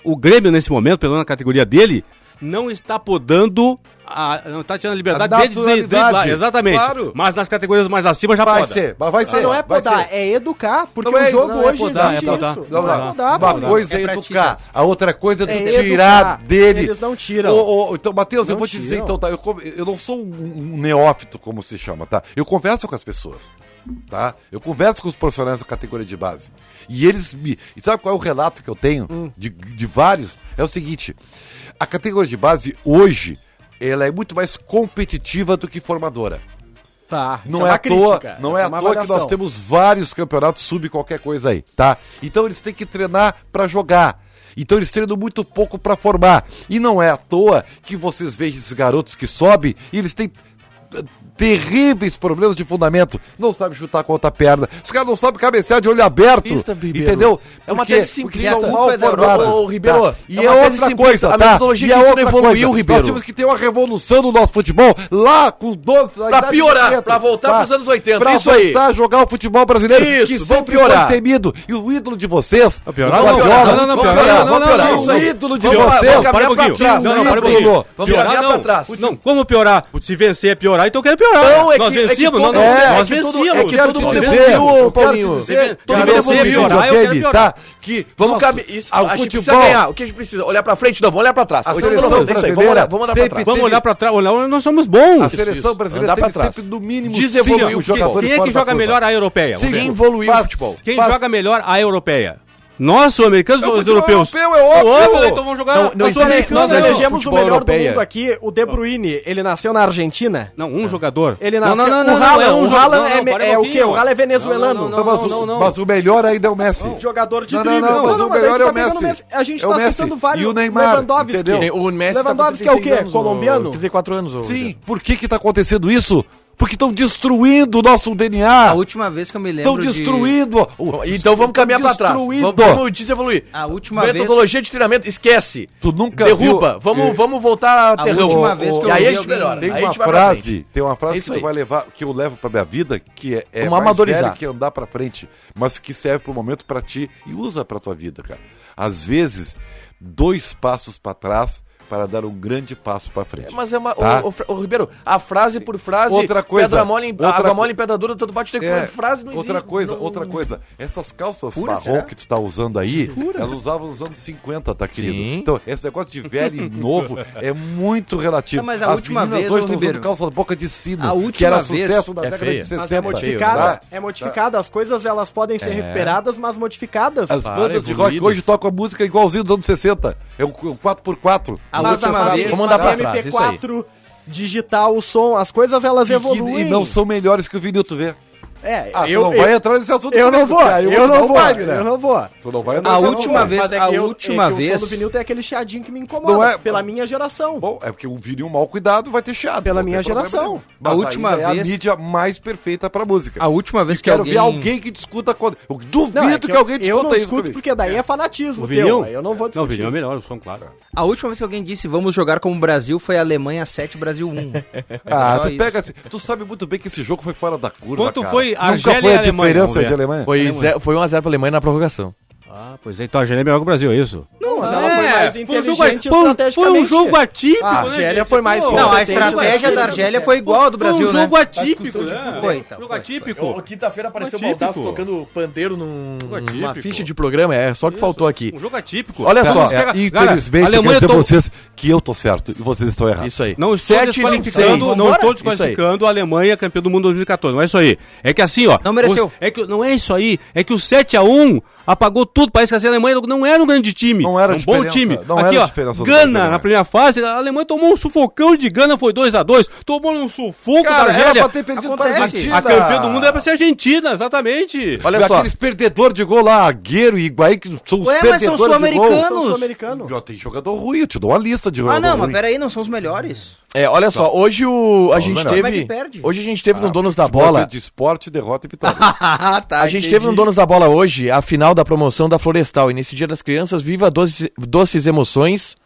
G: o Grêmio nesse momento, pelo menos na categoria dele, não está podando, a, não está tirando a liberdade
C: A
G: dele de driblar,
C: naturalidade.
G: exatamente.
C: Claro.
G: Mas nas categorias mais acima já
C: Vai
G: poda.
C: ser, mas vai ser.
F: Mas não é
C: vai
F: podar,
C: ser.
F: é educar, porque
C: Não é-
F: o jogo
G: não é
F: hoje
G: podar,
F: exige
G: é podar.
F: isso.
C: Não,
F: Não,
C: não.
F: é podar,
C: uma
F: Paulo.
C: coisa é
E: É pra
C: educar,
E: tiras.
C: a outra coisa é, tu
F: É
C: tirar
F: educar.
C: dele.
F: Eles não tiram.
C: Ô, ô, então, Matheus, eu
F: Não
C: vou te dizer
F: tiram.
C: então, tá? Eu, com- eu não sou um, um neófito, como se chama, tá? Eu converso com as pessoas, tá? Eu converso com os profissionais da categoria de base. E eles me. E sabe qual é o relato que eu tenho
F: Hum.
C: de, de vários? É o seguinte: a categoria de base hoje. Ela é muito mais competitiva do que formadora.
F: Tá, isso
C: Não é,
F: uma
C: à toa,
F: crítica,
C: não
F: isso
C: é à
F: uma
C: toa que nós
F: avaliação.
C: temos vários campeonatos sub qualquer coisa aí, tá? Então eles têm que treinar pra jogar. Então eles treinam muito pouco pra formar. E não é à toa que vocês vejam esses garotos que sobem e eles têm eh, terríveis problemas de fundamento. Não sabem chutar com a outra perna. Os caras não sabem cabecear de olho aberto.
B: Pista, Ribeiro.
C: entendeu?
B: É uma
C: Porque-
B: tese
C: porque
B: simplista.
C: são
B: A
C: mal
B: culpa é da Europa,
C: formados.
B: ô, Ribeiro.
C: tá? E
B: É uma
C: é,
B: tese
C: outra
B: simplista.
C: coisa,
B: A
C: tá?
B: metodologia
C: E
B: que
C: é
B: isso não
C: outra
B: evoluiu,
C: coisa.
B: Ribeiro.
C: Nós temos que ter uma revolução no nosso futebol lá com 12
B: Pra
C: na idade de
B: piorar,
C: 80,
B: pra voltar
C: tá?
B: pros anos 80,
C: Pra
B: isso aí.
C: voltar a jogar o futebol brasileiro
B: Isso,
C: que
B: vamos
C: sempre
B: piorar.
C: foi temido. E o ídolo de vocês,
G: Não, piorar
C: o
G: não,
C: Guardiola,
G: não, não, não,
C: vamos
G: piorar,
C: piorar,
G: não, não,
C: vamos
G: não,
C: piorar.
G: isso
C: o
G: aí.
C: ídolo de
G: Vamos-
C: vocês,
G: vamos- para um pouquinho.
C: Caminhar pra
G: Não, não, para um
C: ídolo.
G: pouquinho.
B: Vamos olhar pra trás.
G: Não, como piorar? Se vencer é piorar, então eu quero piorar.
B: Não, é
G: nós
B: que- é que
G: vencíamos,
B: todo-
G: nós, não,
B: é,
G: nós
B: é que todo-
G: vencíamos.
B: é que
C: quero
B: todo
C: te
B: mundo
C: dizer,
B: venceu,
C: eu quero te
B: Paulinho.
C: dizer,
G: Se
C: cara,
G: vencer,
C: eu
B: ah,
C: vou
G: piorar, eu quero
C: videogame,
G: piorar.
C: tá? Que
B: Vamos
C: vamos
B: cabe, isso,
C: ao
B: a gente precisa
C: futebol-
B: ganhar. O que a gente precisa? Olhar pra frente? Não, vamos olhar pra trás.
C: A
B: 80,
C: seleção
B: 90, isso aí, vamos olhar, vamos olhar pra
C: brasileira
B: trás.
C: sempre
G: Vamos
C: teve-
G: olhar pra trás, olhar, onde nós somos bons.
C: A seleção brasileira
B: Andar pra
C: teve
B: trás.
C: sempre no mínimo
B: Desevoluiu
C: cinco
B: o futebol.
C: jogadores
G: Quem é que
C: fora da
G: joga
C: curva.
G: melhor a europeia?
C: Sim,
B: Quem evoluiu o
C: Faz-
B: futebol?
G: Quem
C: faz-
G: joga melhor a europeia? Nós, sul-americanos
C: É,
G: ou os
C: futebol
G: europeus?
C: europeu, é óbvio.
G: Óbvio, então vamos jogar
B: Não,
G: a
B: não existe-
G: sul-americana,
F: Nós
B: Não, não,
G: né?
F: elegemos o
B: futebol
F: melhor
B: europeia.
F: do mundo aqui, o De Bruyne, ele nasceu na Argentina.
G: Não, um jogador.
F: Ele
G: não,
F: nasceu...
G: não, não, não,
F: o
G: não,
F: Haaland,
G: é um
F: o
G: jogador.
F: Haaland
G: Não,
F: é,
G: para um
F: é o
G: pouquinho.
F: quê? O Haaland é venezuelano.
G: Não, não,
C: Não, mas, o,
G: não, não.
C: mas o melhor ainda é o Messi.
F: Jogador de
C: Não, não,
F: drible.
C: não, mas o
F: mas aí
C: melhor
F: tu
C: é
F: tá
C: o
F: pegando
C: Messi.
F: A gente
C: É o
F: tá
C: Messi.
F: citando vários.
C: E o Neymar,
F: Lewandowski.
C: entendeu?
B: O Messi tá com
F: Lewandowski é o
B: 36
F: quê?
B: anos, o-
F: Colombiano?
B: 34 anos. o-
C: Sim, por que que tá acontecendo isso? Porque estão destruindo o nosso DNA.
E: A última vez que eu me lembro
C: Estão destruindo. o-
B: Então vamos caminhar pra trás. Vamos,
C: Destruindo.
B: vamos desevoluir.
E: A última
B: Metodologia de treinamento, esquece.
C: Tu nunca
B: Derruba.
C: viu-
B: Vamos,
C: Eh,
B: vamos voltar a
E: A
B: terrão.
E: última vez que
B: E
E: eu
B: aí
E: vi
B: a gente
E: alguém-
B: melhora.
C: Tem
B: aí a
C: uma
B: gente vai pra
C: frase, tem uma
B: É
C: frase
B: isso
C: que tu
B: aí.
C: vai levar, que eu levo pra minha vida, que é, é
B: Vamos
C: mais
B: amadorizar.
C: velho que andar pra frente, mas que serve pro momento pra ti e usa pra tua vida, cara. Às vezes, dois passos pra trás para dar um grande passo pra frente.
B: Mas é uma.
C: Tá?
B: O, o- o Ribeiro, a frase por frase.
C: Outra coisa,
B: Pedra mole, em-
C: outra
B: água
C: co-
B: mole em pedra dura, tanto bate, tem que
C: É,
B: frase não
C: outra
B: existe,
C: coisa,
B: não-
C: outra coisa. Essas calças
B: Pura,
C: marrom
B: será?
C: que tu tá usando aí, elas usavam nos anos 50, tá, querido?
B: Sim.
C: Então, esse negócio de
F: (laughs)
C: velho e novo é muito relativo.
E: Não, mas a última vez, ô,
C: hoje estão usando
E: Ribeiro,
C: calça boca de sino,
E: a
C: que
E: última
C: era
E: vez-
C: sucesso na
B: É
C: década
B: feia.
C: de
F: Mas
C: 60.
F: é modificada.
C: tá?
F: É modificada. As coisas elas podem ser recuperadas, mas modificadas.
C: As
B: Para,
F: é
C: bandas de rock
B: evoluídas.
C: hoje tocam a música igualzinho dos anos 60. É o o 4x4.
E: A
F: Mas
E: última
F: as-
E: vez- é
F: as
B: Vamos andar pra trás, isso aí.
F: MP4, digital, o som, as coisas elas
C: E, que-
F: evoluem.
C: e não são melhores que o vinil, tu vê.
F: É,
C: Ah,
F: eu,
C: tu não vai entrar nesse assunto
F: eu, eu
C: também,
F: não
C: tu
F: vou,
C: caiu
F: eu
C: no
F: não vou,
C: baile, né?
F: eu não vou.
C: Tu não vai
E: A
C: nessa,
E: última
C: não.
E: vez-
F: Mas é
E: a
F: que eu-
E: última
F: é que O
E: vez-
F: som do vinil tem aquele chiadinho que me incomoda.
C: Não é-
F: Pela minha geração.
C: Bom, é porque o vinil mal cuidado vai ter chiado.
F: Pela
C: não tem
F: minha
C: problema
F: geração.
C: nenhum. Mas
E: A última
C: ainda É a
E: vez-
C: mídia mais perfeita pra música.
E: A última vez que
C: Quero
E: alguém...
C: ver alguém que discuta contra. Eu duvido
F: Não, é
C: que,
F: eu-
C: alguém
F: Eu não
C: discuta isso
F: discuto
C: comigo.
F: porque daí é fanatismo
G: O
F: teu.
G: vinil?
F: aí Eu não
G: Não,
F: vou
G: o
F: discutir.
G: vinil é melhor, o som, claro.
E: A última vez que alguém disse vamos jogar como Brasil foi Alemanha 7, Brasil
B: (laughs)
E: 1.
C: Ah,
E: Só
C: tu
E: isso.
C: pega assim, tu sabe muito bem que esse jogo foi fora da curva,
G: Quanto
C: cara.
G: foi
C: Nunca
G: Argélia
C: foi
G: e
C: a
G: Alemanha? Vamos
C: diferença
G: ver.
C: de Alemanha?
B: Foi, zero- foi 1x0 pra Alemanha na prorrogação.
G: Ah, pois é, então a Argélia é melhor que o Brasil, é isso?
F: Não, mas ela foi
G: É,
F: mais
G: um jogo-
F: inteligente
G: foi um-
F: estrategicamente.
G: Foi um jogo atípico,
F: Ah, a
G: né,
F: Argélia
G: gente?
F: foi mais
G: Pô,
E: Não, a
F: Tem
E: estratégia
F: demais.
E: da Argélia foi igual a do
G: Foi
E: Brasil,
G: um
E: né?
G: jogo atípico, né?
E: Foi, então,
G: Jogo
E: foi,
G: atípico.
B: Quinta-feira apareceu
G: o Baldasso
B: tocando pandeiro num,
G: numa
B: ficha
G: ficha
B: de
G: de
B: programa. É só que faltou aqui.
G: Um jogo atípico.
B: Olha
C: Cara,
B: só.
C: é,
G: Cara,
C: infelizmente, eu quero
G: Alemanha
C: dizer pra
G: to-
C: vocês que eu tô certo e vocês estão errados.
B: Isso aí.
G: Não estou
B: Sete,
G: desqualificando,
B: vinte e seis.
G: não estou
B: Isso aí.
G: desqualificando a Alemanha campeã do mundo 2014. Não é isso aí. É que assim, ó.
E: Não mereceu.
G: os- é que, não é isso aí. É que o 7x1 apagou tudo. Parece que assim, a Alemanha não era um grande time.
C: Não era
G: um bom
C: diferença,
G: time.
C: não
G: Aqui,
C: era
G: ó.
C: diferença do Brasil,
G: Gana,
C: né?
G: na primeira fase, a Alemanha tomou um sufocão de Gana, foi 2x2. Tomou um sufoco da
C: Cara, era
G: Argélia.
C: pra ter perdido pra
E: Acontece.
C: Argentina.
G: A campeã do mundo é- era pra ser a Argentina, exatamente.
B: Olha só.
C: Aqueles perdedor de gol lá, Argueiro e Higuaín, que são os
E: Ué, mas
C: perdedores
E: são
C: de gol.
E: sul-americanos.
F: São sul-americano.
C: Já tem jogador ruim, eu te dou uma lista de
E: Ah,
C: jogador
E: não, mas
C: ruim.
E: peraí, não são os melhores.
B: É, olha só, hoje o, a
C: os
B: gente
C: melhores.
E: Como é
B: teve.
E: que perde?
B: Hoje a gente teve no Donos da
C: Futebol
B: Bola.
C: é De esporte, derrota e vitória.
E: Ah, tá.
B: A gente teve um no Donos da Bola hoje a final da promoção da Florestal. E nesse Dia das Crianças, viva doces, doces emoções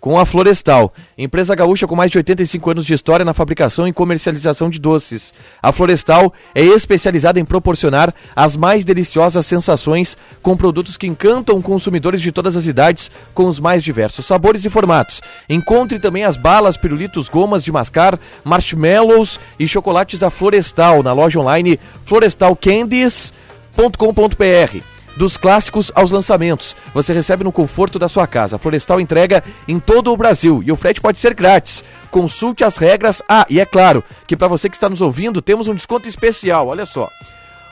B: com a Florestal. Empresa gaúcha com mais de 85 anos de história na fabricação e comercialização de doces. A Florestal é especializada em proporcionar as mais deliciosas sensações com produtos que encantam consumidores de todas as idades com os mais diversos sabores e formatos. Encontre também as balas, pirulitos, gomas de mascar, marshmallows e chocolates da Florestal na loja online Florestal Candies florestal.com.br. Dos clássicos aos lançamentos, você recebe no conforto da sua casa. A Florestal entrega em todo o Brasil e o frete pode ser grátis. Consulte as regras. Ah, e é claro que para você que está nos ouvindo, temos um desconto especial. Olha só.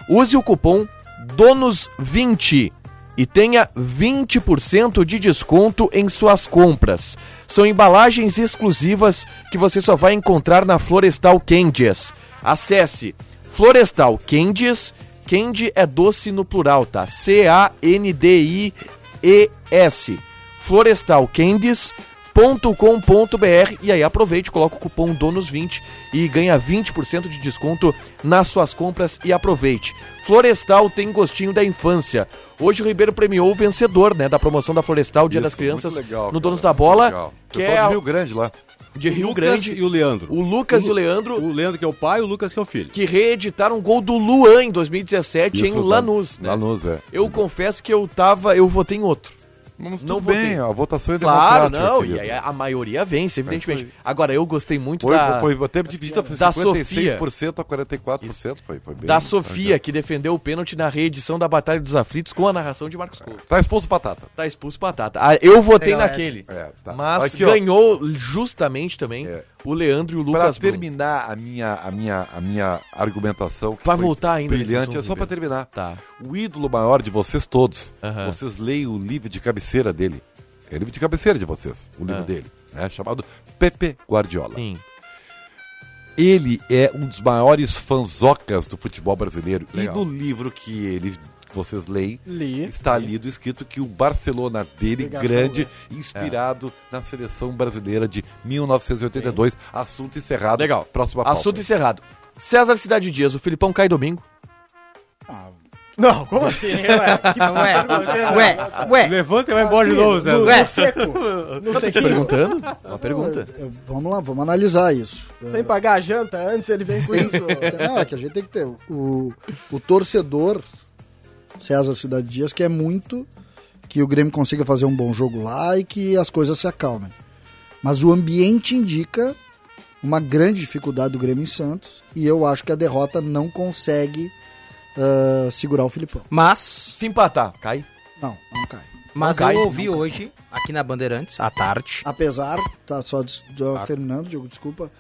B: Use o cupom DONOS20 e tenha 20% de desconto em suas compras. São embalagens exclusivas que você só vai encontrar na Florestal Candies. Acesse Florestal Candies. Candy é doce no plural, tá? C-A-N-D-I-E-S. florestalcandies.com.br e aí aproveite, coloca o cupom DONOS20 e ganha 20% de desconto nas suas compras e aproveite. Florestal tem gostinho da infância. Hoje o Ribeiro premiou o vencedor, né, da promoção da Florestal (laughs) Dia
C: Isso,
B: das Crianças
C: muito legal,
B: no
C: cara,
B: Donos da
C: muito
B: Bola,
C: legal.
B: que
C: Pessoal
B: é
C: do
B: a-
C: Rio Grande lá.
B: de Rio
G: Lucas
B: Grande.
G: e o Leandro.
B: O Lucas e o Leandro
G: O Leandro que é o pai, o Lucas que é o filho.
B: que reeditaram o gol do Luan em 2017 em
C: Isso,
B: Lanús, né?
C: Lanús, é.
B: Eu confesso que eu tava. Eu votei em outro.
C: Mas
B: Não
C: não
B: votei.
C: bem, a votação é
B: Claro,
C: democrática.
B: não.
C: querido.
B: E aí a maioria vence, evidentemente.
C: isso aí.
B: Agora, eu gostei muito
C: Foi,
B: da,
C: foi até dividida, foi
B: tá da
C: 56% a 44%. Foi, foi bem.
B: da Sofia, que defendeu o pênalti na reedição da Batalha dos Aflitos com a narração de Marcos Couto.
C: Tá expulso Patata.
B: Tá expulso Patata. Ah, eu votei
E: Legal
B: naquele.
C: É, tá.
B: Mas
C: Aqui, ó.
B: ganhou justamente também
C: É.
B: o Leandro e o
C: Pra
B: Lucas Bruno.
C: terminar a minha, a minha, a minha argumentação. que
B: Vai
C: foi
B: voltar ainda nesse
C: Brilhante, é
B: assunto,
C: só pra terminar.
B: Tá.
C: O ídolo maior de vocês todos.
B: Aham.
C: Vocês leem o livro de cabeceira dele. É livro de cabeceira de vocês, o livro
B: Ah.
C: dele. Né? Chamado Pepe Guardiola.
B: Sim.
C: Ele é um dos maiores fanzocas do futebol brasileiro.
G: Legal.
C: E no livro que ele vocês leem,
F: Li.
C: está lido escrito que o Barcelona dele,
F: Ligação,
C: grande, inspirado na seleção brasileira de 1982. Assunto encerrado.
B: Legal.
C: Próxima pauta.
B: Assunto encerrado. César Cidade Dias, o Filipão cai domingo.
F: Não, como assim? Ué, (laughs) que
E: Ué, ué, ué.
G: Levanta e vai embora
C: Assim,
G: de novo, Zé.
F: no,
E: Ué.
G: (laughs)
F: no seco. No sequinho.
C: (laughs)
B: Perguntando? Uma pergunta.
D: Eu- eu- vamos lá, vamos analisar isso.
F: Sem pagar a janta, antes ele vem com isso.
D: Não, é que a gente tem que ter. O, o torcedor, César Cidade Dias, quer muito que o Grêmio consiga fazer um bom jogo lá e que as coisas se acalmem. Mas o ambiente indica uma grande dificuldade do Grêmio em Santos e eu acho que a derrota não consegue ah, segurar o Filipão.
E: Mas,
B: Se empatar, cai.
D: Não, não cai.
E: mas
B: Não cai,
E: eu ouvi hoje, aqui na Bandeirantes, à tarde,
D: apesar, tá só des- do- terminando, Diogo, desculpa,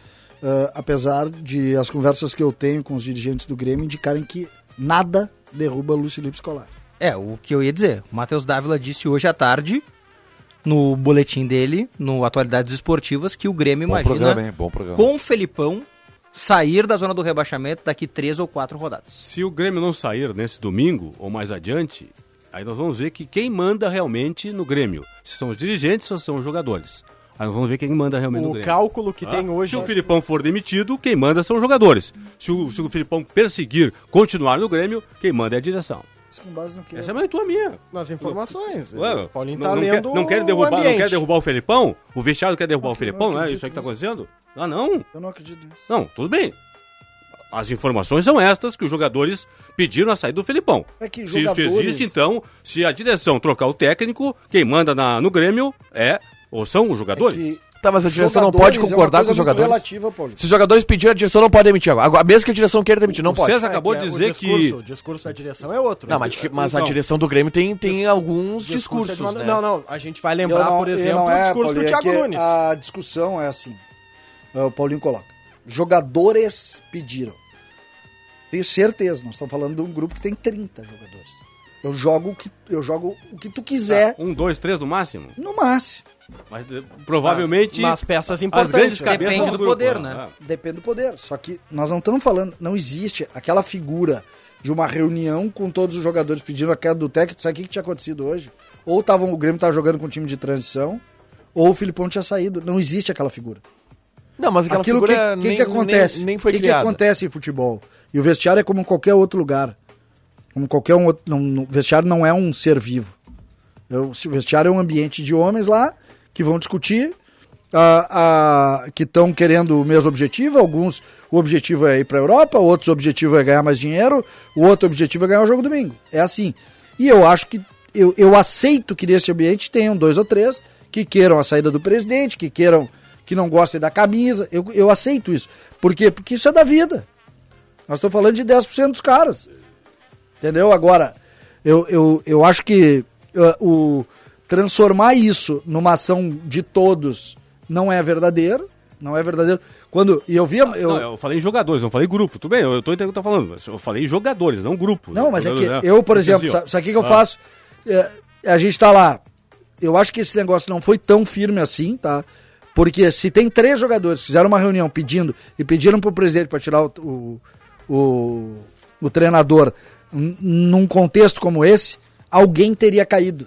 D: Ah, apesar de as conversas que eu tenho com os dirigentes do Grêmio indicarem que nada derruba Lúcio Lips Colar.
E: É, o que eu ia dizer. O Matheus Dávila disse hoje à tarde, no boletim dele, no Atualidades Esportivas, que o Grêmio
C: Bom
E: imagina
B: Então.
C: programa, hein? Bom programa.
E: com o Felipão sair da zona do rebaixamento daqui três ou quatro rodadas.
G: Se o Grêmio não sair nesse domingo ou mais adiante, aí nós vamos ver que quem manda realmente no Grêmio. Se são os dirigentes ou se são os jogadores. Aí nós vamos ver quem manda realmente no
F: O
G: Grêmio.
F: cálculo que tem
G: Se
F: hoje. é-
G: o Filipão for demitido, quem manda são os jogadores. Se o, se o Filipão perseguir, continuar no Grêmio, quem manda é a direção.
D: Isso com base no que?
G: Essa é a tua minha.
F: Nas informações.
G: Ué,
F: O Paulinho
G: não,
F: tá
G: não quer,
F: lendo.
G: não quer
F: o
G: derrubar, não
F: ambiente.
G: quer derrubar o Felipão? O vestiário quer derrubar o
D: Não, que-
G: Felipão,
D: não
G: não é
D: acredito
G: isso aí que tá
D: nisso.
G: acontecendo? Ah, não.
D: Eu não acredito nisso.
G: Não, tudo bem. As informações são estas que os jogadores pediram a saída do Felipão.
D: É que
G: se isso
D: jogadores-
G: existe, então, se a direção trocar o técnico, quem manda na- no Grêmio é ou são os jogadores.
D: É Que
B: Tá, mas a direção não
D: jogadores
B: pode
D: é uma
B: concordar
D: coisa
B: com
D: muito
B: os jogadores.
D: relativa, Paulinho.
B: Se os jogadores pedirem, a direção não pode demitir. Agora, mesmo que a direção queira demitir, não
G: o
B: pode.
G: César acabou
F: É,
G: de
F: o
G: dizer
F: discurso-
G: que
F: O discurso da direção é outro.
B: Não, mas, que- mas a
G: Não.
B: direção do Grêmio tem, tem alguns
F: Discurso é
B: discursos.
F: de uma-
B: né?
F: Não, não. A gente vai
D: Eu
F: lembrar,
D: não-
F: por
D: eu
F: exemplo,
D: não
F: o
D: é, Paulinho,
F: discurso do
D: é
F: Thiago
D: que
F: Nunes.
D: A discussão é assim. É, O Paulinho coloca. Jogadores pediram. Tenho certeza, nós estamos falando de um grupo que tem 30 jogadores. Eu jogo o que, eu jogo o que tu
E: Tá.
D: quiser,
G: um, dois, três no máximo.
D: no máximo.
G: Mas eh, provavelmente
F: Mas peças
G: as
F: importantes.
G: grandes
F: né?
G: cabeças
E: Depende do
G: grupo,
E: poder,
G: ah,
E: né?
G: ah.
D: Depende do poder. Só que nós não estamos falando, não existe aquela figura de uma reunião com todos os jogadores pedindo a queda do técnico. Sabe o que, que tinha acontecido hoje? Ou tavam, o Grêmio estava jogando com um time de transição, ou o Filipão tinha saído. Não existe aquela figura.
B: Não, mas aquela
D: Aquilo que,
B: figura
D: que,
B: nem,
D: que acontece?
B: Nem, nem foi
D: que que
B: criada.
D: acontece em futebol? E o vestiário é como em qualquer outro lugar. Como qualquer um outro, não, não- o vestiário não é um ser vivo. Eu, se o vestiário é um ambiente de homens lá que vão discutir, ah, ah, que estão querendo o mesmo objetivo. Alguns, o objetivo é ir para a Europa, outros, o objetivo é ganhar mais dinheiro, o outro objetivo é ganhar o jogo domingo. É assim. E eu acho que eu, eu aceito que nesse ambiente tenham dois ou três que queiram a saída do presidente, que queiram que não gostem da camisa. Eu, eu aceito isso. Por quê? Porque isso é da vida. Nós estamos falando de 10% dos caras. Entendeu? Agora, eu, eu, eu acho que uh, o transformar isso numa ação de todos não é verdadeiro. Não é verdadeiro. Quando. E eu via. Eu,
G: Não, eu falei em jogadores, não falei grupo. Tudo bem, eu tô entendendo o que tá falando. mas Eu falei em jogadores, não grupo.
D: Não, mas é que
G: Jogadores, né?
D: eu, por
G: Porque
D: exemplo,
G: assim, ó,
D: sabe sabe o que, que eu faço? É, a gente tá lá. Eu acho que esse negócio não foi tão firme assim, tá? Porque se tem três jogadores que fizeram uma reunião pedindo e pediram pro presidente para tirar o, o, o, o treinador n- num contexto como esse, alguém teria caído.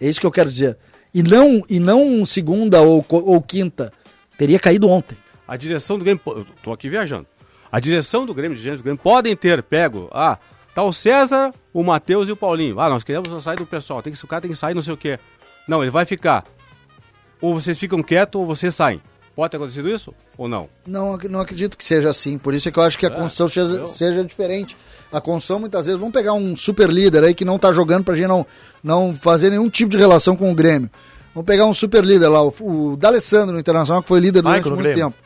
D: É isso que eu quero dizer. E não, e não um segunda ou, co- ou quinta. Teria caído ontem.
G: A direção do Grêmio. po- Eu tô aqui viajando. A direção do Grêmio, dirigentes do Grêmio, podem ter pego. Ah, tá o César, o Matheus e o Paulinho. Ah, nós queremos a saída do pessoal. Tem que, o cara tem que sair, não sei o quê. Não, ele vai ficar. Ou vocês ficam quietos ou vocês saem. Pode ter acontecido isso ou não?
D: Não, ac- não acredito que seja assim. Por isso é que eu acho que a construção seja, seja diferente. A construção, muitas vezes, vamos pegar um super líder aí que não tá jogando pra gente não, não fazer nenhum tipo de relação com o Grêmio. Vamos pegar um super líder lá, o, o D'Alessandro no Internacional, que foi líder durante
B: Michael no
D: muito
B: Grêmio.
D: tempo.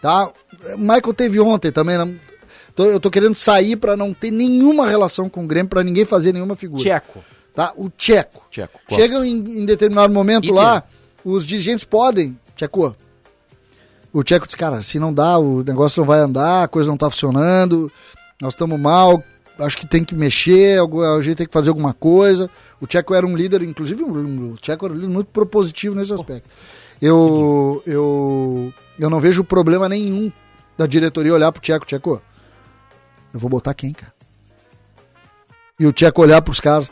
D: Tá? O Michael teve ontem também. né? Tô- eu tô querendo sair pra não ter nenhuma relação com o Grêmio, pra ninguém fazer nenhuma figura.
F: Tcheco.
D: Tá? O Tcheco.
B: Tcheco, gosto.
D: Chegam em, em determinado momento
E: Item.
D: lá, os dirigentes podem. Tcheco, o Tcheco disse, cara, se não dá, o negócio não vai andar, a coisa não tá funcionando, nós estamos mal, acho que tem que mexer, algu- a gente tem que fazer alguma coisa. O Tcheco era um líder, inclusive, um- o Tcheco era um líder muito propositivo nesse aspecto. Eu, eu, eu não vejo problema nenhum da diretoria olhar pro Tcheco, Tcheco, eu vou botar quem, cara? E o Tcheco olhar pros caras,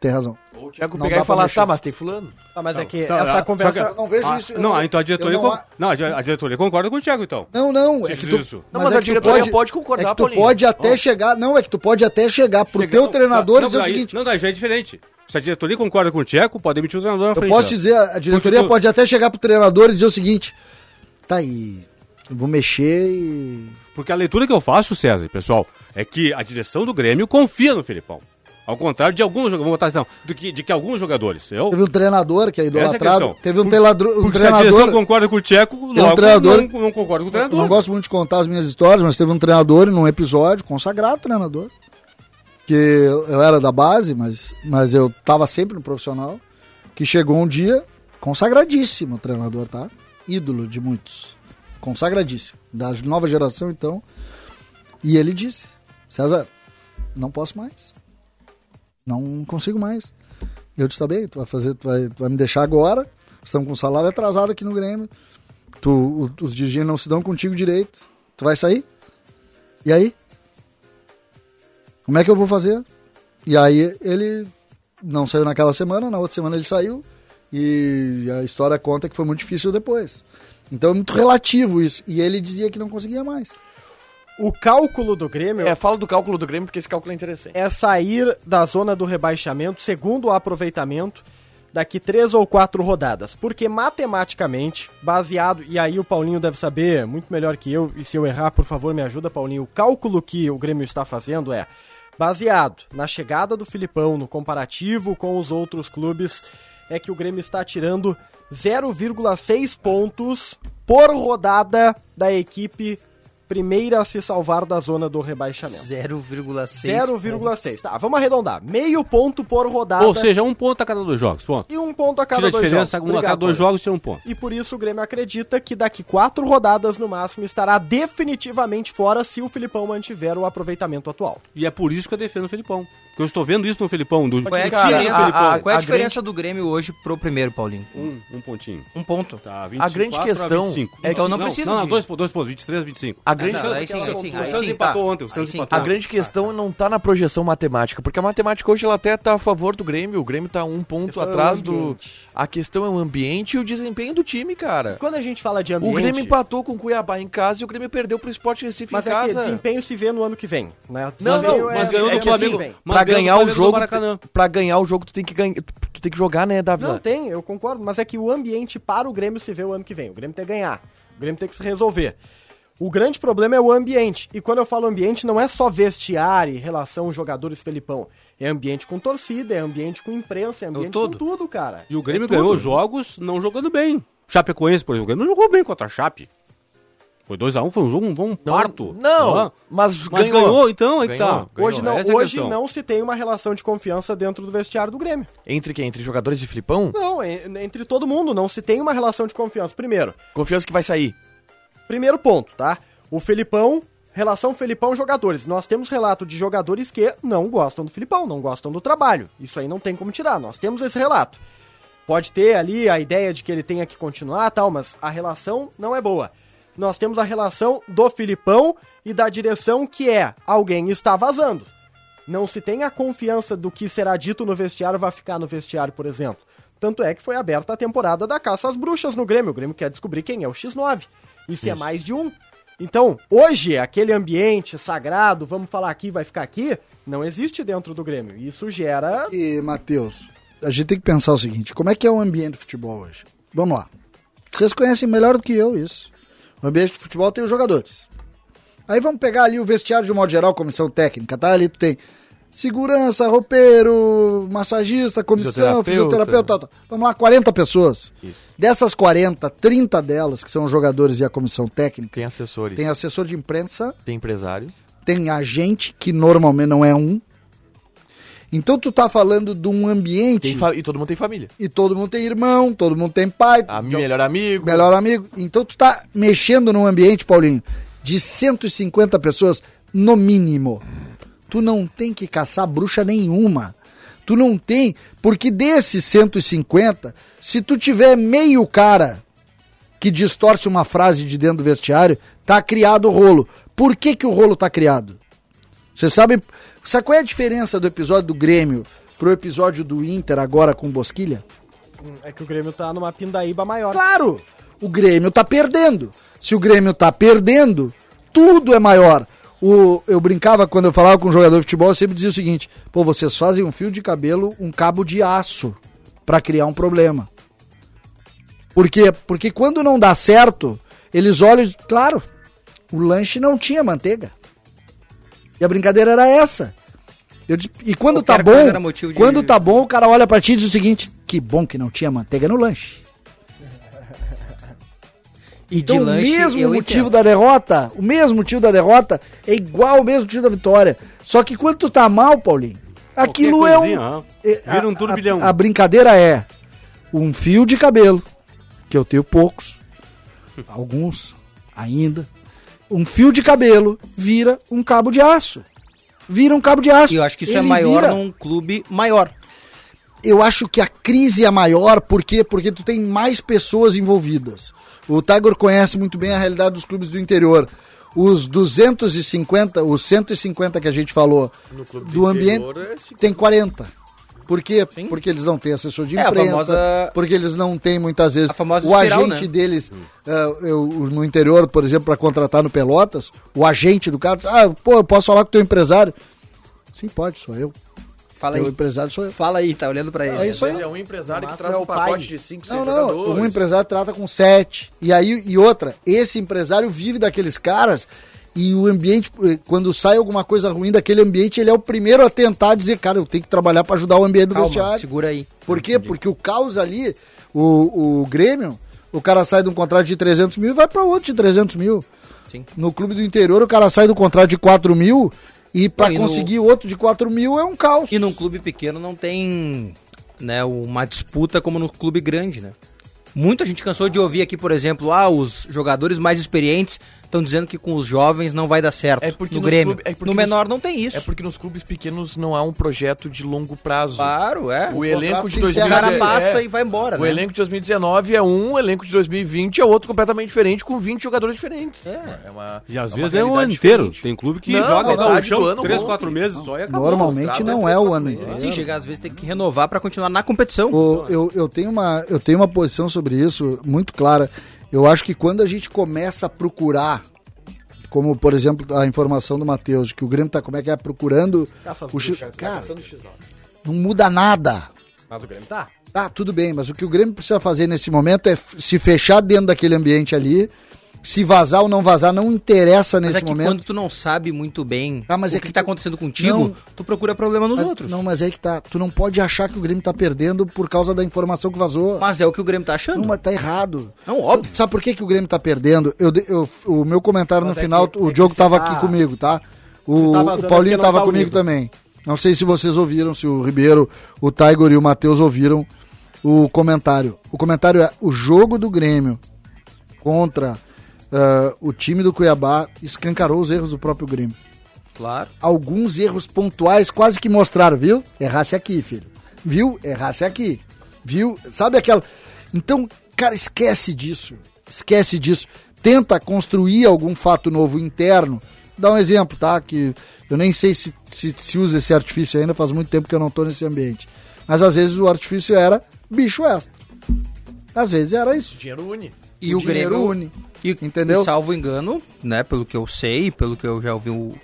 D: tem razão.
B: O Thiago
D: Não
B: pegar
D: dá
B: e falar,
D: pra mexer.
B: tá, mas tem fulano.
F: Ah, mas é que
G: tá,
F: essa
G: ah,
F: conversa.
D: Eu não vejo isso. eu
G: não,
D: não-
G: então a diretoria.
D: eu não
G: con-
D: a-
G: Não, a di- a diretoria concorda com o Thiago, então.
D: Não, não. É
G: Diz
D: que tu,
G: isso.
B: Não, mas a
D: que tu
B: diretoria pode concordar,
D: é que tu
B: Paulinho.
D: pode até chegar. Não, é que tu pode até chegar pro teu
G: Não,
D: treinador
G: não,
D: e dizer o
G: aí-
D: seguinte:
G: Não, não, já é diferente. Se a diretoria concorda com o Tcheco, pode emitir o treinador na
D: eu
G: frente.
D: posso te
G: né?
D: dizer, a diretoria
G: Porque tu-
D: pode até chegar pro treinador e dizer o seguinte: tá aí, eu vou mexer e.
G: Porque a leitura que eu faço, César, pessoal, é que a direção do Grêmio confia no Filipão. Ao contrário de alguns jogadores, vamos botar assim, não, do que, de que alguns jogadores. Eu,
D: Teve um treinador que é
G: essa é a
D: idolatrado.
G: questão.
D: teve um,
G: Por-
D: teladro, um
G: porque se a
D: treinador.
G: direção concorda com o Tcheco, logo
D: Tem um treinador-
G: não, não concorda com o
D: Eu
G: treinador.
D: não gosto muito de contar as minhas histórias, mas teve um treinador num episódio, consagrado treinador, que eu era da base, mas, mas eu tava sempre no profissional, que chegou um dia, consagradíssimo treinador, tá? Ídolo de muitos. Consagradíssimo. Da nova geração, então. E ele disse, César, não posso mais. Não consigo mais. Eu disse, tá bem, tu vai fazer, tu vai, tu vai me deixar agora. um Estamos com salário atrasado aqui no Grêmio. Tu, o- os dirigentes não se dão contigo direito. Tu vai sair? E aí? Como é que eu vou fazer? E aí ele não saiu naquela semana, na outra semana ele saiu e a história conta que foi muito difícil depois. Então é muito relativo isso. E ele dizia que não conseguia mais.
F: O cálculo do Grêmio
B: É,
F: é,
B: fala do cálculo do Grêmio, porque esse cálculo é interessante.
F: sair da zona do rebaixamento, segundo o aproveitamento, daqui três ou quatro rodadas. Porque matematicamente, baseado, e aí o Paulinho deve saber muito melhor que eu, e se eu errar, por favor, me ajuda, Paulinho. O cálculo que o Grêmio está fazendo é baseado na chegada do Filipão, no comparativo com os outros clubes, é que o Grêmio está tirando 0,6 pontos por rodada da equipe primeira a se salvar da zona do rebaixamento. 0,6. Tá, vamos arredondar. Meio ponto por rodada
G: Ou seja, um ponto a cada dois jogos, ponto.
F: e um ponto a cada
G: Tira a
F: dois
G: diferença,
F: jogos.
G: um a cada
F: Obrigado,
G: dois
F: Paulo.
G: jogos tira um ponto.
F: E por isso o Grêmio acredita que daqui quatro rodadas no máximo estará definitivamente fora se o Filipão mantiver o aproveitamento atual.
G: E é por isso que eu defendo o Felipão. Porque eu estou vendo isso no Felipão. Do...
E: Qual é a
G: Tira
B: cara,
E: diferença,
G: o Felipão.
E: qual é a
B: a
E: diferença do Grêmio hoje pro primeiro, Paulinho?
G: Um, um pontinho.
E: Um ponto.
G: Tá,
B: A grande
G: 24 a
B: questão
G: 25.
B: é que-
E: Então não precisa
G: Não, não,
E: de-
G: dois, po- dois pontos, 23 a 25.
B: A grande,
E: Não, aí sim, aí sim,
G: o
E: aí
G: Santos
E: sim,
G: empatou
E: tá.
G: ontem, o Santos
E: Aí sim,
G: empatou.
B: a grande questão não tá na projeção matemática, porque a matemática hoje ela até tá a favor do Grêmio, o Grêmio tá um ponto
F: Questão é o
B: atrás do...
F: ambiente.
B: A questão é o ambiente e o desempenho do time, cara.
F: Quando a gente fala de
B: O
F: ambiente,
B: Grêmio empatou com o Cuiabá em casa e o Grêmio perdeu pro Sport Recife
F: mas
B: em
F: é que
B: casa.
F: desempenho se vê no ano que vem, né?
B: Não,
F: Desempenho
B: não,
G: mas
F: é-
G: ganhou
F: é
G: do
F: que assim
G: Flamengo.
F: vem.
G: Mas
B: Pra
G: ganhou do
B: ganhar o
G: Flamengo no
B: jogo,
G: Maracanã.
B: para ganhar o jogo tu tem que ganhar, tu tem que jogar, né, Davi?
F: Não, tem, eu concordo, mas é que o ambiente para o Grêmio se vê o ano que vem. O Grêmio tem que ganhar. O Grêmio tem que se resolver. O grande problema é o ambiente. E quando eu falo ambiente, não é só vestiário, em relação aos jogadores Felipão. É ambiente com torcida, é ambiente com imprensa, é ambiente
E: todo.
F: com tudo, cara.
G: E o Grêmio ganhou jogos não jogando bem. Chapecoense, por exemplo, o Grêmio não jogou bem contra a Chape. Foi 2x1, foi um jogo, um bom parto.
B: Não,
G: Ah,
B: mas,
G: Mas ganhou, então, aí que
B: Ganhou,
G: tá.
B: ganhou.
F: Hoje, não,
G: Essa é a
F: hoje
G: questão.
F: não se tem uma relação de confiança dentro do vestiário do Grêmio.
B: Entre quem? Entre jogadores e Filipão?
F: Não, en- entre todo mundo, não se tem uma relação de confiança. Primeiro,
B: Confiança que vai sair.
F: Primeiro ponto, tá? O Felipão, relação Felipão-jogadores. Nós temos relato de jogadores que não gostam do Felipão, não gostam do trabalho. Isso aí não tem como tirar, nós temos esse relato. Pode ter ali a ideia de que ele tenha que continuar tal, mas a relação não é boa. Nós temos a relação do Filipão e da direção que é alguém está vazando. Não se tem a confiança do que será dito no vestiário vai ficar no vestiário, por exemplo. Tanto é que foi aberta a temporada da caça às bruxas no Grêmio. O Grêmio quer descobrir quem é o X9. E se é mais de um. Então, hoje, aquele ambiente sagrado, vamos falar aqui, vai ficar aqui, não existe dentro do Grêmio. Isso gera.
D: E, Matheus, a gente tem que pensar o seguinte: como é que é o ambiente do futebol hoje? Vamos lá. Vocês conhecem melhor do que eu isso. O ambiente do futebol tem os jogadores. Aí vamos pegar ali o vestiário de um modo geral, comissão técnica, tá? Ali tu tem segurança, roupeiro, massagista, comissão,
B: Fisioterapeuta.
D: fisioterapeuta, tal, tal. Vamos lá, 40 pessoas. Dessas 40, 30 delas que são os jogadores e a comissão técnica,
B: Tem assessores,
D: tem assessor de imprensa,
B: tem empresário.
D: tem agente, que normalmente não é um. Então tu tá falando de um ambiente
B: Tem fa- E todo mundo tem família.
D: e todo mundo tem irmão, todo mundo tem pai,
B: A melhor amigo.
D: melhor amigo. Então tu tá mexendo num ambiente, Paulinho, de 150 pessoas no mínimo. Tu não tem que caçar bruxa nenhuma. Tu não tem, porque desses 150, se tu tiver meio cara que distorce uma frase de dentro do vestiário, tá criado o rolo. Por que que o rolo tá criado? Você sabe, sabe qual é a diferença do episódio do Grêmio pro episódio do Inter agora com o Bosquilha?
F: É que o Grêmio tá numa pindaíba maior.
D: Claro, o Grêmio tá perdendo. Se o Grêmio tá perdendo, tudo é maior. O, eu brincava quando eu falava com um jogador de futebol, eu sempre dizia o seguinte: pô, vocês fazem um fio de cabelo, um cabo de aço pra criar um problema. Por quê? Porque quando não dá certo, eles olham, e- claro, o lanche não tinha manteiga. E a brincadeira era essa. Eu disse, e quando
E: Qualquer
D: tá
E: coisa era
D: bom,
E: motivo de-
D: quando tá bom, o cara olha pra ti e diz o seguinte: que bom que não tinha manteiga no lanche.
E: E
D: Então, o mesmo motivo da derrota, o mesmo motivo da derrota é igual ao mesmo motivo da vitória. Só que quando tu tá mal, Paulinho, aquilo é
G: coisinha,
D: um.
G: ah,
D: é- a-
G: vira um
D: a-
G: turbilhão.
D: A, brincadeira é um fio de cabelo, que eu tenho poucos, alguns ainda. Um fio de cabelo vira um cabo de aço. Vira um cabo de aço.
E: E eu acho que isso é
D: Ele
E: maior
D: vira-
E: num clube maior.
D: eu acho que a crise é maior, por quê? Porque tu tem mais pessoas envolvidas. O Tiger conhece muito bem a realidade dos clubes do interior. Os 250, os 150 que a gente falou do ambiente,
E: é
D: tem 40. Por quê? Porque eles não têm assessor de
E: É, a
D: imprensa,
E: famosa-
D: porque eles não têm muitas vezes
E: A famosa
D: o
E: espiral,
D: agente
E: né?
D: deles ah, eu- no interior, por exemplo, para contratar no Pelotas, o agente do cara, diz, ah, pô, eu posso falar com o teu empresário? Sim, pode, sou eu.
E: Fala
D: O
E: aí.
D: empresário sou eu.
E: Fala aí, tá olhando pra ele.
D: É isso aí.
B: É um empresário que
F: Mas
B: traz
F: é
B: um
F: o pai.
B: pacote de 5, 6
D: Não, não,
B: jogadores.
D: um empresário trata com sete. E aí, e outra, esse empresário vive daqueles caras e o ambiente, eh, quando sai alguma coisa ruim daquele ambiente, ele é o primeiro a tentar dizer, cara, eu tenho que trabalhar para ajudar o ambiente do
E: Calma,
D: vestiário.
E: segura aí.
D: Por quê? Porque o caos ali, o, o Grêmio, o cara sai de um contrato de 300 mil e vai para outro de 300 mil.
E: Sim.
D: No clube do interior, o cara sai do contrato de 4 mil e
E: Ah,
D: para
E: e no-
D: conseguir outro de 4 mil é um caos.
E: E num clube pequeno não tem né, uma disputa como no clube grande, né? Muita gente cansou de ouvir aqui, por exemplo, ah, os jogadores mais experientes estão dizendo que com os jovens não vai dar certo
B: É porque
E: no
B: nos
E: Grêmio.
B: clube- é porque
E: no
B: nos-
E: menor não tem isso.
B: É porque nos clubes pequenos não há um projeto de longo prazo.
E: Claro, é.
B: O
E: O,
B: elenco de
D: se encerra
B: 2019
E: cara
D: é,
E: passa e vai embora,
B: O
E: né?
B: elenco de 2019 é um, o elenco de 2020 é outro completamente diferente, com 20 jogadores diferentes. É, uma.
G: E às
B: é uma
G: vezes nem o ano
B: realidade
G: inteiro.
B: diferente.
G: Tem clube que
B: Não,
G: joga
B: não,
G: tá,
B: não,
G: o
B: de
G: chão
B: ano
G: 3,
B: bom.
G: 4 meses só e acabou.
D: Normalmente
B: Contrato é
D: não
B: três,
D: é o
B: quatro
D: ano
B: meses.
D: inteiro.
E: Sim, chegar às vezes tem que renovar pra continuar na competição.
D: Ô, eu, eu, tenho uma, eu tenho uma posição sobre isso muito clara. Eu acho que quando a gente começa a procurar, como por exemplo a informação do Matheus, de que o Grêmio tá como é que é procurando.
F: Caça às
D: o X-
F: bruxas.
D: Cara, não muda nada.
F: Mas o Grêmio tá.
D: Tá, tudo bem, mas o que o Grêmio precisa fazer nesse momento é f- se fechar dentro daquele ambiente ali. Se vazar ou não vazar, não interessa
E: Mas
D: nesse
E: é que
D: momento.
E: quando tu não sabe muito bem
D: Ah, mas
E: o
D: é
E: que,
D: que
E: tá
D: tu-
E: acontecendo contigo,
D: Não.
E: tu procura problema nos
D: Mas-
E: outros.
D: Não, mas é que tá. Tu não pode achar que o Grêmio tá perdendo por causa da informação que vazou.
E: Mas é o que o Grêmio tá achando.
D: Não, mas tá errado.
E: Não, óbvio.
D: Sabe por que, que o Grêmio tá perdendo? Eu, de- eu- o meu comentário
F: Mas
D: no
F: é
D: final,
F: que-
D: o
F: é que
D: Diogo
F: você
D: tava
F: tá-
D: aqui comigo, tá? O,
F: tá
D: o
F: vazando
D: Paulinho
F: porque não
D: tava
F: tá
D: comigo
F: unido.
D: também. Não sei se vocês ouviram, se o Ribeiro, o Tiger e o Matheus ouviram o comentário. O comentário é: o jogo do Grêmio contra ah, o time do Cuiabá escancarou os erros do próprio Grêmio
E: Claro.
D: alguns erros pontuais quase que mostraram, viu? Errasse aqui, filho. Viu? Errasse aqui. Viu? Sabe aquela. Então, cara, esquece disso. Esquece disso. Tenta construir algum fato novo interno. Dá um exemplo, tá? Que eu nem sei se, se, se usa esse artifício ainda, faz muito tempo que eu não tô nesse ambiente. Mas às vezes o artifício era bicho extra. Às vezes era isso.
B: Dinheiro une.
E: E o,
D: dinheiro
E: Grêmio
D: une.
E: E,
D: Entendeu?
E: e salvo engano, né, pelo que eu sei, pelo que eu já ouvi o,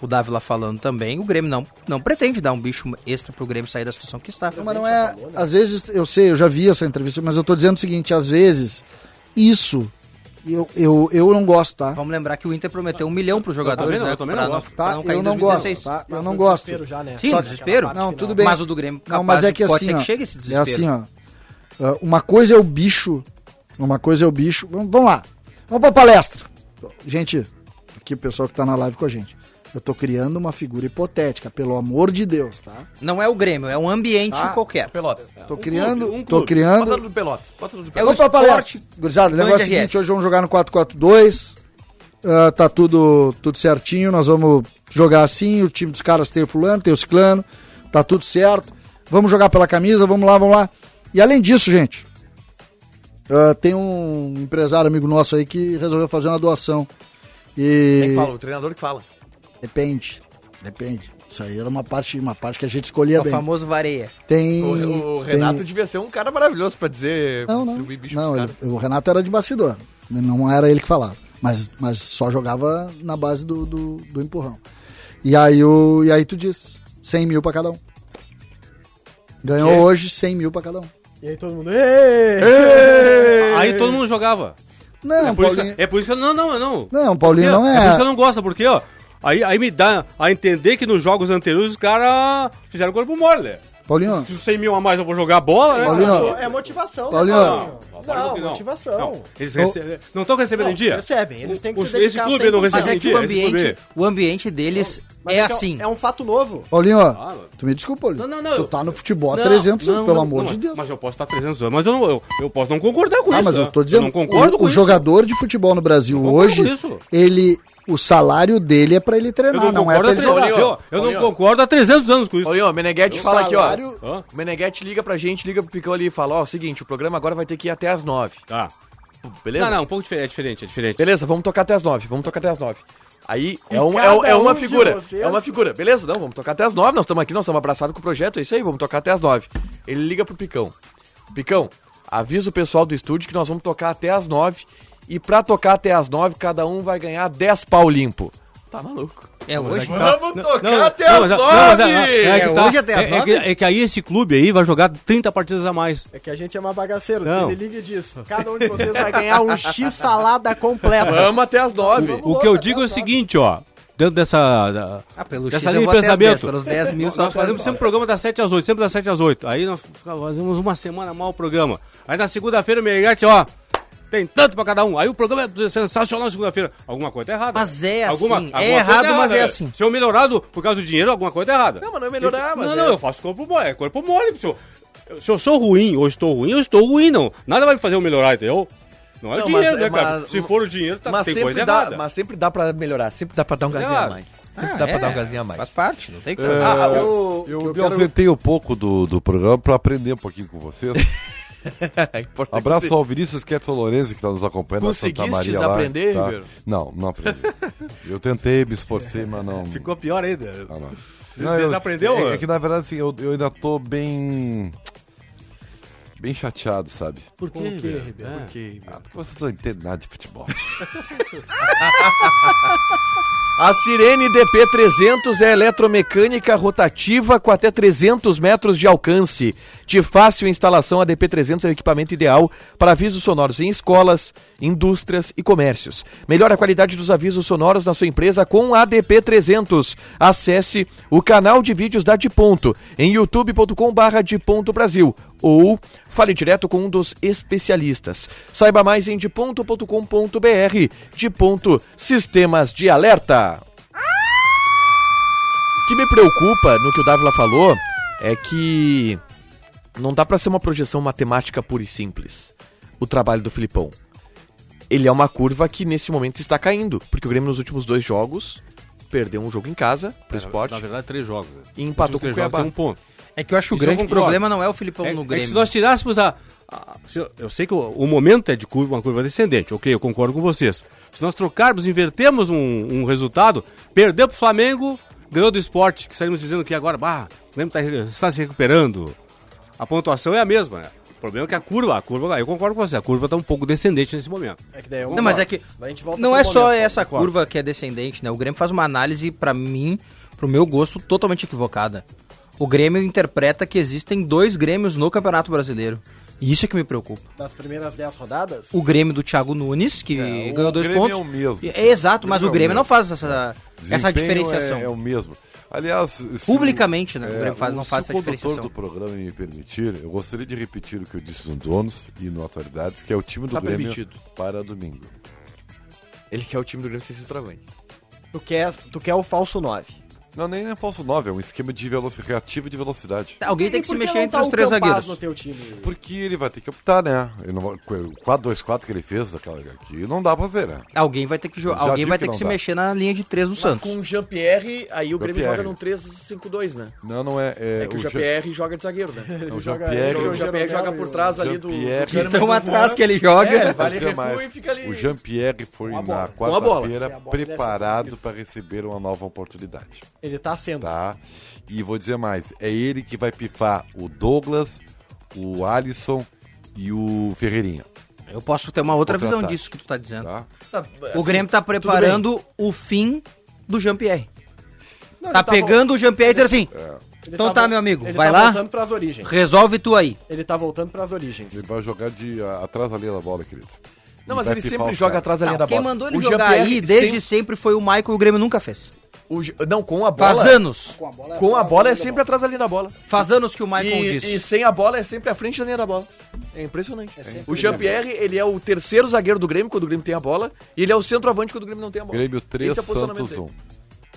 E: o Dávila falando também, o Grêmio não, não pretende dar um bicho extra pro Grêmio sair da situação que está.
D: Não, mas não é.
G: né?
D: Às vezes, eu sei, eu já vi essa entrevista, mas eu tô dizendo o seguinte: às vezes, isso, eu, eu, eu não gosto, tá?
E: Vamos lembrar que o Inter prometeu um milhão pros jogadores,
G: também não,
E: né,
G: eu também
E: pra
G: não
E: não,
G: gosto.
D: Tá?
E: pra não cair
D: eu
E: em
D: não
E: 2016.
D: gosto. Tá? Eu
F: Mas
D: não
F: no
D: gosto.
F: desespero já, né?
E: Sim,
F: Só
E: no
F: que aquela
E: desespero.
F: parte
D: Não,
F: final.
D: tudo bem.
E: Mas o do Grêmio
D: Não,
E: capaz
D: mas é que
E: pode
D: assim.
E: ser
D: ó,
E: que chegue esse
D: É
E: desespero.
D: assim, ó. Ah, Uma coisa é o bicho, uma coisa é o bicho. Vamos, vamos lá. Vamos pra palestra. Gente, aqui o pessoal que tá na live com a gente. Eu tô criando uma figura hipotética, pelo amor de Deus, tá?
E: Não é o Grêmio, é um ambiente
D: Tá.
E: qualquer.
B: Pelotas.
D: Tô criando,
G: clube,
D: tô
G: um clube.
B: Bota
D: criando
B: no do Pelotas. Bota no do
E: É
B: Pelotas.
E: o
D: Vamos pra palestra.
E: esporte.
D: Gurizada, o
E: Não
D: negócio é o
E: interessa.
D: seguinte, hoje vamos jogar no 4-4-2. Ah, tá tudo, tudo certinho, nós vamos jogar assim, o time dos caras tem o fulano, tem o ciclano, tá tudo certo. Vamos jogar pela camisa, vamos lá, vamos lá. E além disso, gente, ah, tem um empresário amigo nosso aí que resolveu fazer uma doação. E
B: Quem fala? O treinador que fala.
D: depende, depende. Isso aí era uma parte, uma parte que a gente escolhia
E: É o
D: bem.
E: famoso vareia.
D: Tem
B: O, o
D: tem-
B: Renato devia ser um cara maravilhoso pra dizer.
D: Não, não.
B: distribuir bicho
D: não
B: pros
D: ele-
B: caras.
D: o Renato era de bastidor. Não era ele que falava. Mas, mas só jogava na base do, do, do empurrão. E aí, o, e aí tu diz: 100 mil pra cada um. Ganhou hoje 100 mil pra cada um.
F: E aí todo mundo. "Ê!"
G: Aí todo mundo jogava.
D: Não,
G: é, por isso
D: Paulinho.
G: que, é por isso que eu não, não, não.
D: Não, Paulinho não
G: é. por isso que eu
D: é.
G: não gosto, porque, ó, aí, aí me dá a entender que nos jogos anteriores os caras fizeram corpo mole. né?
D: Paulinho.
G: Se os 100 mil a mais eu vou jogar bola, né?
D: Paulinho.
F: É motivação,
D: Paulinho,
F: Paulinho?
G: Não,
F: Não,
G: não.
F: motivação.
G: Não, eles recebem. Não estão recebendo
F: Não,
G: em dia?
F: Percebem, eles têm que
G: Os-
F: se
G: esse
F: dedicar
G: clube não
F: 100%.
G: recebe
E: Mas é que o
G: dia, esse
E: ambiente,
G: clube.
E: o ambiente deles
F: Mas
E: é
F: que um-
E: assim.
F: É um fato novo.
D: Paulinho,
G: mano.
D: tu me desculpa, Paulinho.
G: Não, não, não,
D: Tu
G: eu-
D: tá no futebol há 300 anos, pelo amor de
G: mas-
D: Deus.
G: Mas eu posso estar 300 anos, mas eu, não, eu, eu posso não concordar com
D: Ah,
G: isso.
D: mas eu
G: né?
D: tô dizendo,
G: não concordo
D: o,
G: com
D: o
G: isso.
D: jogador de futebol no Brasil
G: concordo
D: hoje,
G: com isso.
D: ele, o salário dele é pra ele
G: Eu
D: treinar,
G: não,
D: não, é
G: concordo
D: pra
G: há
D: ele
G: tre-
D: jogar.
B: treinar.
G: eu- eu não concordo há 300 anos com isso.
B: Olha, o Meneghete
D: O
B: fala
D: um salário-
B: aqui, ó.
G: Hã?
B: Meneghete liga pra gente, liga pro Picão ali e fala: ó, seguinte, o programa agora vai ter que ir até as nove.
G: Tá.
B: tempo, beleza?
G: Não, não, um pouco diferente, é diferente, é diferente.
B: Beleza, vamos tocar até as nove, vamos tocar até as nove. Aí é, um, é,
F: cada
B: um- é
F: um
B: uma
F: de
B: figura,
F: vocês-
B: é uma figura, beleza? Não, vamos tocar até as nove, nós estamos aqui, nós estamos abraçados com o projeto, é isso aí, vamos tocar até as nove. Ele liga pro Picão. Picão, avisa o pessoal do estúdio que nós vamos tocar até as nove, e pra tocar até as nove, cada um vai ganhar 10 pau limpo. Tá maluco?
E: É hoje?
F: Tá.
B: Vamos tocar
G: mas- mas é- é que
E: É
G: tá-
E: hoje até às
G: é- é
E: nove?
G: que- É que aí esse clube aí vai jogar 30 partidas a mais.
F: É que a gente é mais bagaceiro,
G: Não.
F: se liga disso. Cada um de vocês vai ganhar um X salada completa.
B: Vamos até as nove.
G: O que eu digo é o seguinte, ó. Dentro dessa. da-
E: Ah, pelo
G: Dessa
E: X eu
G: linha
E: vou
G: de
E: até as
G: pensamento.
E: 10, pelos 10 mil só um
G: Nós
E: até as
G: fazemos sempre
E: nove.
G: o programa das 7 às 8, sempre das 7 às 8. Aí nós fica- fazemos uma semana mal o programa. Aí na segunda-feira, meia gate, ó. Tem tanto pra cada um. Aí o programa é sensacional na segunda-feira. Alguma coisa tá errada.
E: Mas é
G: Alguma-
E: assim,
G: alguma
E: é
G: coisa
E: errado,
G: tá
E: mas
G: errada.
E: é assim.
G: Se eu melhorado por causa do dinheiro, alguma coisa tá errada.
B: Não, mas não é melhorar, mas
G: Não,
B: é-
G: não, eu faço corpo mole, é corpo mole, senhor. Se eu sou ruim ou estou ruim, eu estou ruim, não. Nada vai me fazer eu melhorar, entendeu? Não é o
B: Não,
G: dinheiro,
B: mas-
G: né, cara?
B: mas-
G: Se for o dinheiro, tá,
B: Mas
G: tem
B: sempre,
G: coisa
B: dá,
G: errada. Ah,
B: mas sempre dá pra melhorar, sempre dá pra dar um gazinho a
G: Claro.
B: mais. Sempre dá pra
E: é,
B: dar um gazinho a mais.
E: Faz parte, não tem o que fazer. Ah,
C: É,
D: eu-
C: eu
D: que eu
C: me
D: quero-
C: ausentei um pouco do, do programa pra aprender um pouquinho com vocês.
B: É importante
C: Abraço
B: que-
C: ao Vinícius Quetzal Lorenzi, que tá nos acompanha na Santa
B: Conseguistes
C: Maria lá.
B: aprender,
C: tá?
B: Ribeiro?
C: Não, não aprendi. Eu tentei, me esforcei, mas não...
G: Ficou pior ainda.
C: Ah, não.
G: Desaprendeu?
C: É, é que, na verdade, assim, eu, eu ainda tô bem... Bem chateado, sabe?
G: Por quê? É.
C: Ah, porque vocês não entendem nada
G: (laughs)
C: de futebol.
B: A Sirene DP300 é eletromecânica rotativa com até 300 metros de alcance. De fácil instalação, a DP300 é o equipamento ideal para avisos sonoros em escolas, indústrias e comércios. Melhore a qualidade dos avisos sonoros na sua empresa com a DP300. Acesse o canal de vídeos da De Ponto em youtube.com/barra De Ponto Brasil ou fale direto com um dos especialistas. Saiba mais em deponto.com.br. De Ponto Sistemas de Alerta. O que me preocupa no que o Dávila falou é que não dá pra ser uma projeção matemática pura e simples. O trabalho do Filipão. Ele é uma curva que nesse momento está caindo, porque o Grêmio nos últimos dois jogos perdeu um jogo em casa pro
C: É,
B: esporte
G: Na verdade, três jogos. né?
B: e empatou
G: Os
B: com o
G: três jogos
B: Cuiabá.
G: tem um ponto.
E: É que eu acho que o
G: Isso eu
E: grande
G: concordo.
E: problema não é o Filipão
G: É,
E: no
G: é que
E: Grêmio.
G: se nós tirássemos a. a- se eu- eu sei que o, o momento é de curva, uma curva descendente, ok, eu concordo com vocês. Se nós trocarmos, invertermos um, um resultado, perdeu pro Flamengo, ganhou do esporte, que saímos dizendo que agora, bah, o Grêmio tá, re- está se recuperando. A pontuação é a mesma, né? O problema é que a curva, a curva, eu concordo com você, a curva tá um pouco descendente nesse momento.
F: É que daí eu
E: Não, mas é que
F: Daí a gente volta
E: não
F: pro
E: é só
F: momento.
E: essa curva que é descendente, né? O Grêmio faz uma análise, pra mim, pro meu gosto, totalmente equivocada. O Grêmio interpreta que existem dois Grêmios no Campeonato Brasileiro. E isso é que me preocupa.
F: Das primeiras 10 rodadas?
E: O Grêmio do Thiago Nunes, que
C: o
E: ganhou dois
C: Grêmio
E: pontos.
C: é o mesmo.
E: É, exato, mas o
C: Grêmio é o
E: Grêmio
C: mesmo.
E: não faz essa, essa
C: Desempenho
E: diferenciação.
C: É, é o mesmo. Aliás, se
E: Publicamente, né, o Grêmio faz- não
C: se
E: faz essa
C: o condutor
E: diferenciação.
C: do programa me permitir, eu gostaria de repetir o que eu disse no Donos e no Atualidades, que é o time do
B: Tá
C: Grêmio
B: permitido.
C: para domingo.
B: Ele quer o time do Grêmio sem se travante.
F: Tu quer, tu quer o falso 9.
C: Não, nem é falso 9, é um esquema de velocidade, reativo de velocidade.
E: Alguém tem
F: E
E: que
F: por
E: se mexer
F: não
E: entre
F: tá
E: os
F: o
E: três
F: Campaz
E: zagueiros.
F: no teu time?
C: Porque ele vai ter que optar, né? Ele não vai- O 4-2-4 que ele fez, aquela aqui, não dá pra fazer, né?
E: Alguém vai ter que, jo-
C: Já
E: alguém
C: digo
E: vai
C: que
E: ter que
C: não
E: se
C: dá.
E: mexer na linha de três do
B: Mas
E: Santos.
B: com o Jean-Pierre, aí o Grêmio
C: Jean-Pierre.
B: joga num 3-5-2, né?
C: Não, não é. É,
B: É que o
C: Jean-
B: Jean-Pierre joga de zagueiro, né?
C: (laughs) é o
F: joga-
C: Jean-Pierre.
F: ele
B: o Jean-Pierre joga por trás ali do...
C: Jean-Pierre.
B: do Kahneman
E: Então
B: do
E: atrás
B: Juan.
E: que ele
B: É,
E: joga.
B: ele vai ali,
C: Dizer mais,
B: recua e fica ali.
C: O Jean-Pierre foi na
B: Com a bola.
F: Se a
C: quarta-feira
F: bola desse-
C: preparado para receber uma nova oportunidade.
F: Ele tá sendo.
C: tá? E vou dizer mais, é ele que vai pifar o Douglas, o Alisson e o Ferreirinha,
E: Eu posso ter uma outra
C: Vou
E: visão
C: tratar.
E: disso que tu tá dizendo.
C: tá?
B: Tá,
E: O Grêmio tá preparando o fim do Jean-Pierre.
F: Não, ele
E: Tá pegando o Jean-Pierre e diz assim:
C: É.
F: Ele
E: Então tá,
F: vo-
E: meu amigo,
F: ele
E: vai
F: tá
E: lá.
F: voltando pras origens.
E: resolve tu aí.
F: Ele tá voltando pras origens.
C: Ele vai jogar de a- atrás da linha da bola, querido.
B: Não,
C: E
B: mas
C: vai
B: ele
C: pifar
B: sempre
C: os
B: joga
C: caras.
B: atrás da linha
E: Não,
B: da
E: Tá, quem
B: bola.
E: mandou ele
B: O
E: jogar
B: Jean-Pierre
E: aí desde
B: sempre-
E: sempre foi o Michael e o Grêmio nunca fez.
B: o Jean- Não, com a bola...
E: Faz anos.
D: Com a bola
B: Com a
D: atrás,
B: bola é
D: ainda
B: sempre atrás da linha da bola.
E: Faz anos que o Michael
B: E,
E: diz.
B: e sem a bola é sempre à frente da linha da bola. É impressionante.
D: É sempre
B: o Jean-Pierre, ele é o terceiro zagueiro do Grêmio quando o Grêmio tem a bola. E ele é o centroavante quando o Grêmio não tem a bola.
C: Grêmio 3,
B: Esse é o posicionamento
C: Santos 1.
B: dele.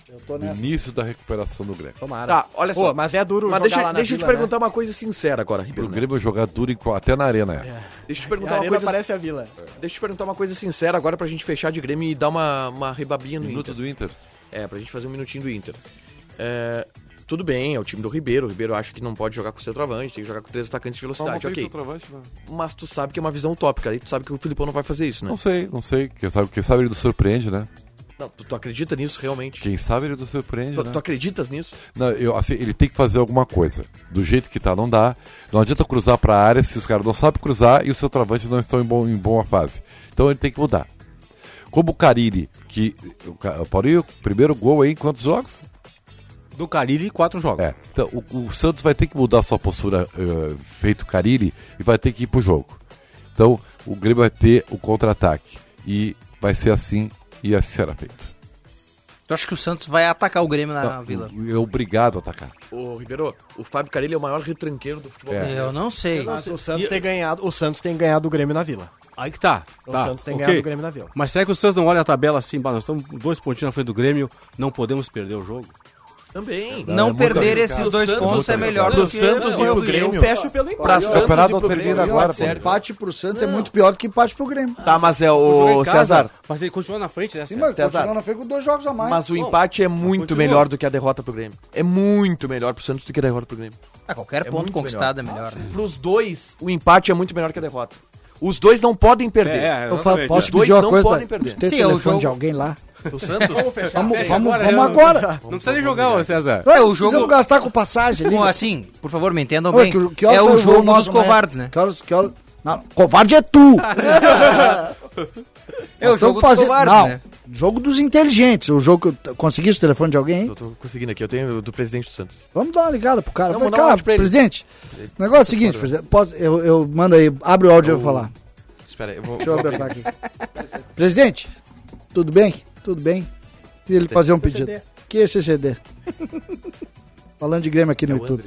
D: Eu tô nessa.
C: Início da recuperação do Grêmio.
F: Tomara.
B: Tá, olha só.
F: Ô, mas é duro
B: Mas
F: jogar
B: deixa,
F: lá na
B: deixa eu te
F: Vila, né?
B: perguntar uma coisa sincera agora,
C: O
B: Ribeiro. Neto.
C: Grêmio jogar duro em qual- até na arena, né? é.
B: Deixa eu te
F: A
B: perguntar uma
F: arena
B: coisa
F: parece a vila.
B: Deixa eu te perguntar uma coisa sincera agora pra gente fechar de Grêmio e dar uma, uma rebabinha no
C: Minuto
B: Inter.
C: do Inter.
B: É, pra gente fazer um minutinho do Inter. É, Tudo bem, é o time do Ribeiro. O Ribeiro acha que não pode jogar com o centroavante, tem que jogar com três atacantes de velocidade, ok.
C: né?
B: Mas tu sabe que é uma visão utópica, aí tu sabe que o Filipão não vai fazer isso, né?
C: Não sei, não sei. Quem sabe, quem sabe ele nos surpreende, né?
B: Não, tu, tu acredita nisso realmente?
C: Quem sabe ele nos surpreende,
B: Tu,
C: né?
B: tu acreditas nisso?
C: Não, eu, assim, ele tem que fazer alguma coisa. Do jeito que tá, não dá. Não adianta cruzar pra área se os caras não sabem cruzar e os centroavantes não estão em, bom, em boa fase. Então ele tem que mudar. Como o Carilli, que. O, Ca- o Paulinho, primeiro gol aí em quantos jogos?
G: Do Carilli, quatro jogos.
C: É. Então o, o Santos vai ter que mudar sua postura eh, feito Carilli e vai ter que ir pro jogo. Então o Grêmio vai ter o contra-ataque. E vai ser assim e assim será feito.
E: Tu acha que o Santos vai atacar o Grêmio na Ah, vila?
C: É obrigado a atacar.
B: Ô, Ribeiro, o Fábio Carilli é o maior retranqueiro do futebol.
C: É.
E: Eu não sei.
F: Mas o Santos tem ganhado, o Santos tem ganhado o Grêmio na Vila.
G: Aí que tá.
F: O
G: tá,
F: Santos tem
G: ok.
F: ganhado o Grêmio na Vila.
G: Mas será que o Santos não olha a tabela assim, bah, nós estamos dois pontinhos na frente do Grêmio, não podemos perder o jogo?
B: Também.
E: Não
C: é muito
E: perder
C: complicado.
E: esses dois
B: Do
E: pontos
B: Santos,
E: é melhor
B: do
E: do que
B: Santos e
E: o Grêmio.
B: do Grêmio.
F: Eu fecho pelo empate.
B: Pra
D: Olha,
B: Santos
C: campeonato
B: e pro
C: termina
B: Grêmio,
C: agora,
B: sério.
D: Empate pro Santos é muito pior do que empate pro Grêmio.
B: Tá, mas é
G: Jogar
B: o
G: em casa,
B: César.
G: Mas ele continua na frente, né?
D: Sim,
G: César?
D: mas
B: César.
D: continuando na frente com dois jogos a mais.
B: tá Mas o empate é muito
G: continua.
B: melhor do que a derrota pro Grêmio. É muito melhor pro Santos do que a derrota pro Grêmio.
E: Ah, qualquer
B: É
E: ponto
B: muito
E: conquistado é melhor. né?
B: Pros dois, o empate é muito melhor que a derrota. Os dois não podem
G: É,
B: perder.
G: é,
D: Eu falo,
G: exatamente.
B: Os
D: posso
B: dois
D: pedir uma
B: não
D: coisa?
B: podem perder.
D: Tu tem
E: Sim, é o
D: telefone
E: jogo.
D: de alguém lá?
B: O Santos?
D: Vamos,
G: fecha
D: vamos,
G: agora,
D: vamos
G: né?
D: agora. é
G: Não precisa nem jogar, ô
D: (laughs)
G: César.
E: É, o
D: Não precisamos
E: jogo-
D: gastar com passagem.
E: Bom,
D: liga.
E: assim, por favor, me entendam
D: Ô,
E: bem.
D: que- que horas
E: é
D: saiu
E: o jogo
D: do
E: nós
D: Domé-
E: covardes, né?
D: Que horas, que horas... Não, covarde é tu!
E: É o
D: Estamos
E: jogo dos
D: fazendo-
E: covardes,
D: Não,
E: né?
D: jogo dos inteligentes. O jogo que eu... Conseguiste o telefone de alguém?
B: Eu tô conseguindo aqui, eu tenho do presidente do Santos.
D: Vamos dar uma ligada pro cara.
B: Não,
D: Fala,
B: mandar um
D: cara,
B: áudio pra ele.
D: presidente, o negócio é o seguinte, presidente. posso- eu, eu mando aí, abre o áudio e eu vou falar.
B: Espera aí, eu vou.
D: Deixa eu apertar aqui. presidente, tudo bem? Tudo bem? Queria lhe fazer um pedido. Que é CCD? Falando de Grêmio
B: É
D: aqui no YouTube.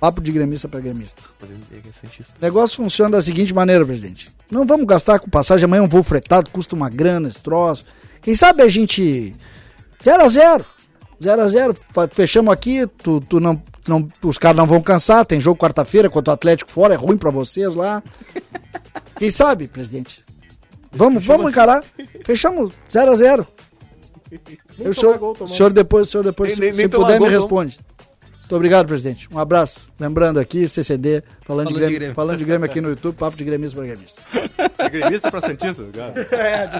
D: Papo de gremista pra gremista. O negócio funciona da seguinte maneira, presidente. Não vamos gastar com passagem, amanhã é um voo fretado, custa uma grana, esse troço. Quem sabe a gente. 0 a 0 0 a 0 fa- fechamos aqui, tu, tu não, não, os caras não vão cansar, tem jogo quarta-feira contra o Atlético fora, é ruim pra vocês
B: (laughs)
D: lá. Quem sabe, presidente? Vamos, vamos encarar. Fechamos 0 a 0 Eu, o senhor, o senhor depois, o senhor depois,
B: Nem-
D: se,
B: nem
D: se
B: tomar
D: puder, me
B: gol, não.
D: responde. Muito obrigado, presidente. Um abraço. Lembrando aqui, CCD, falando, de,
E: de
D: Grêmio,
E: Grêmio.
D: falando de Grêmio aqui no YouTube, papo de gremista para gremista.
G: É gremista pra Santista. cara.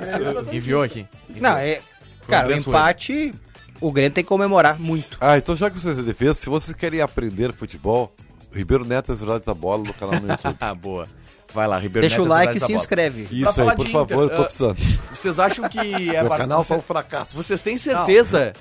B: Enviou aqui.
E: Não, é. Cara, o
B: André Suero.
E: empate, o Grêmio tem que comemorar muito.
C: Ah, então já que vocês são defesa, se vocês querem aprender futebol, Ribeiro Neto e Verdades da Bola no (laughs) canal no YouTube.
B: Ah, boa. Vai lá, Ribeiro.
E: Deixa o
B: Neto,
E: like e
B: atrás
E: se
B: da bola.
E: inscreve.
C: Isso
B: falar de
C: aí, por
B: Inter,
C: favor, eu
B: ah,
C: tô precisando.
B: Vocês acham
C: (laughs)
B: que é
C: Meu
B: bar-
C: canal
B: você-
C: foi um fracasso.
B: Vocês têm certeza?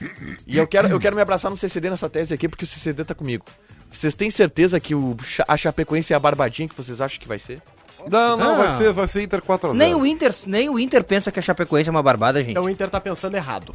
B: E eu quero, eu quero me abraçar no CCD nessa tese aqui, porque o CCD tá comigo. Vocês têm certeza que o, Cha- a Chapecoense é a barbadinha que vocês acham que vai ser?
C: Não, não,
E: Ah.
C: vai ser, vai ser Inter 4 a 0.
E: Nem o, Inter, nem o Inter pensa que a Chapecoense é uma barbada, gente.
F: Então o Inter tá pensando errado.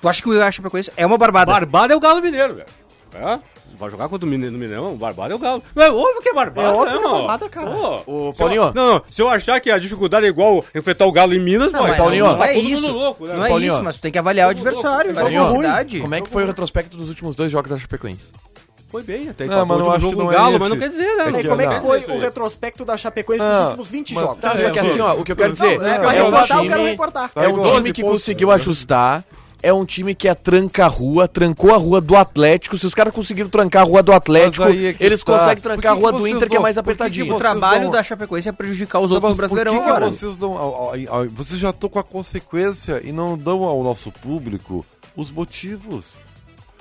E: Tu acha que o- a Chapecoense é uma barbada?
G: Barbado é o Galo Mineiro, velho. É? Vai jogar contra o Mine- no Mineirão? Barbado é o Galo. Não é óbvio que é barbado,
F: É óbvio
G: né,
F: que é
G: mano?
F: barbada, cara.
G: Ô,
B: Ô, Paulinho.
G: Se eu, não, não, se eu achar que a dificuldade é igual enfrentar o Galo em Minas,
E: Não, mas
B: Paulinho,
E: não é
G: tá todo mundo
E: isso.
G: louco, né?
E: Não é
B: Paulinho.
E: isso, mas tu tem que avaliar o adversário.
F: Paulinho.
E: a velocidade.
B: Como é que foi o retrospecto dos últimos dois jogos da Chapecoense?
G: Foi bem, até
C: Não, mas
G: empatou
C: eu
G: o último
C: acho
G: jogo
C: que não
G: do
C: é
G: Galo,
C: esse.
G: mas não quer dizer, né?
C: É
F: E
C: que
F: como é que
C: não.
F: foi o retrospecto da Chapecoense nos
C: Ah,
F: últimos 20
C: mas-
F: jogos?
C: tá
B: Só que assim, ó, o que eu quero dizer
F: Não,
B: é,
F: eu quero
B: um
F: recortar, eu
B: time,
F: quero recortar.
B: é um
C: Doze
B: time que conseguiu ajustar, é um time que atranca a rua, trancou a rua do Atlético. Se os caras conseguiram trancar a rua do Atlético,
C: Mas aí é que
B: eles
C: está.
B: conseguem
C: Por que
B: trancar a
C: que
B: rua do
C: vocês
B: Inter, que é
C: não-
B: mais
C: por que que
B: apertadinho.
E: O
C: vocês Tá
E: trabalho
C: não-
E: da Chapecoense é prejudicar os
C: Não,
E: outros
C: mas
E: no
C: por que,
E: Brasileirão
C: que
E: agora.
C: vocês não. ao- ao- ao- Vocês já estão com a consequência e não dão ao nosso público os motivos.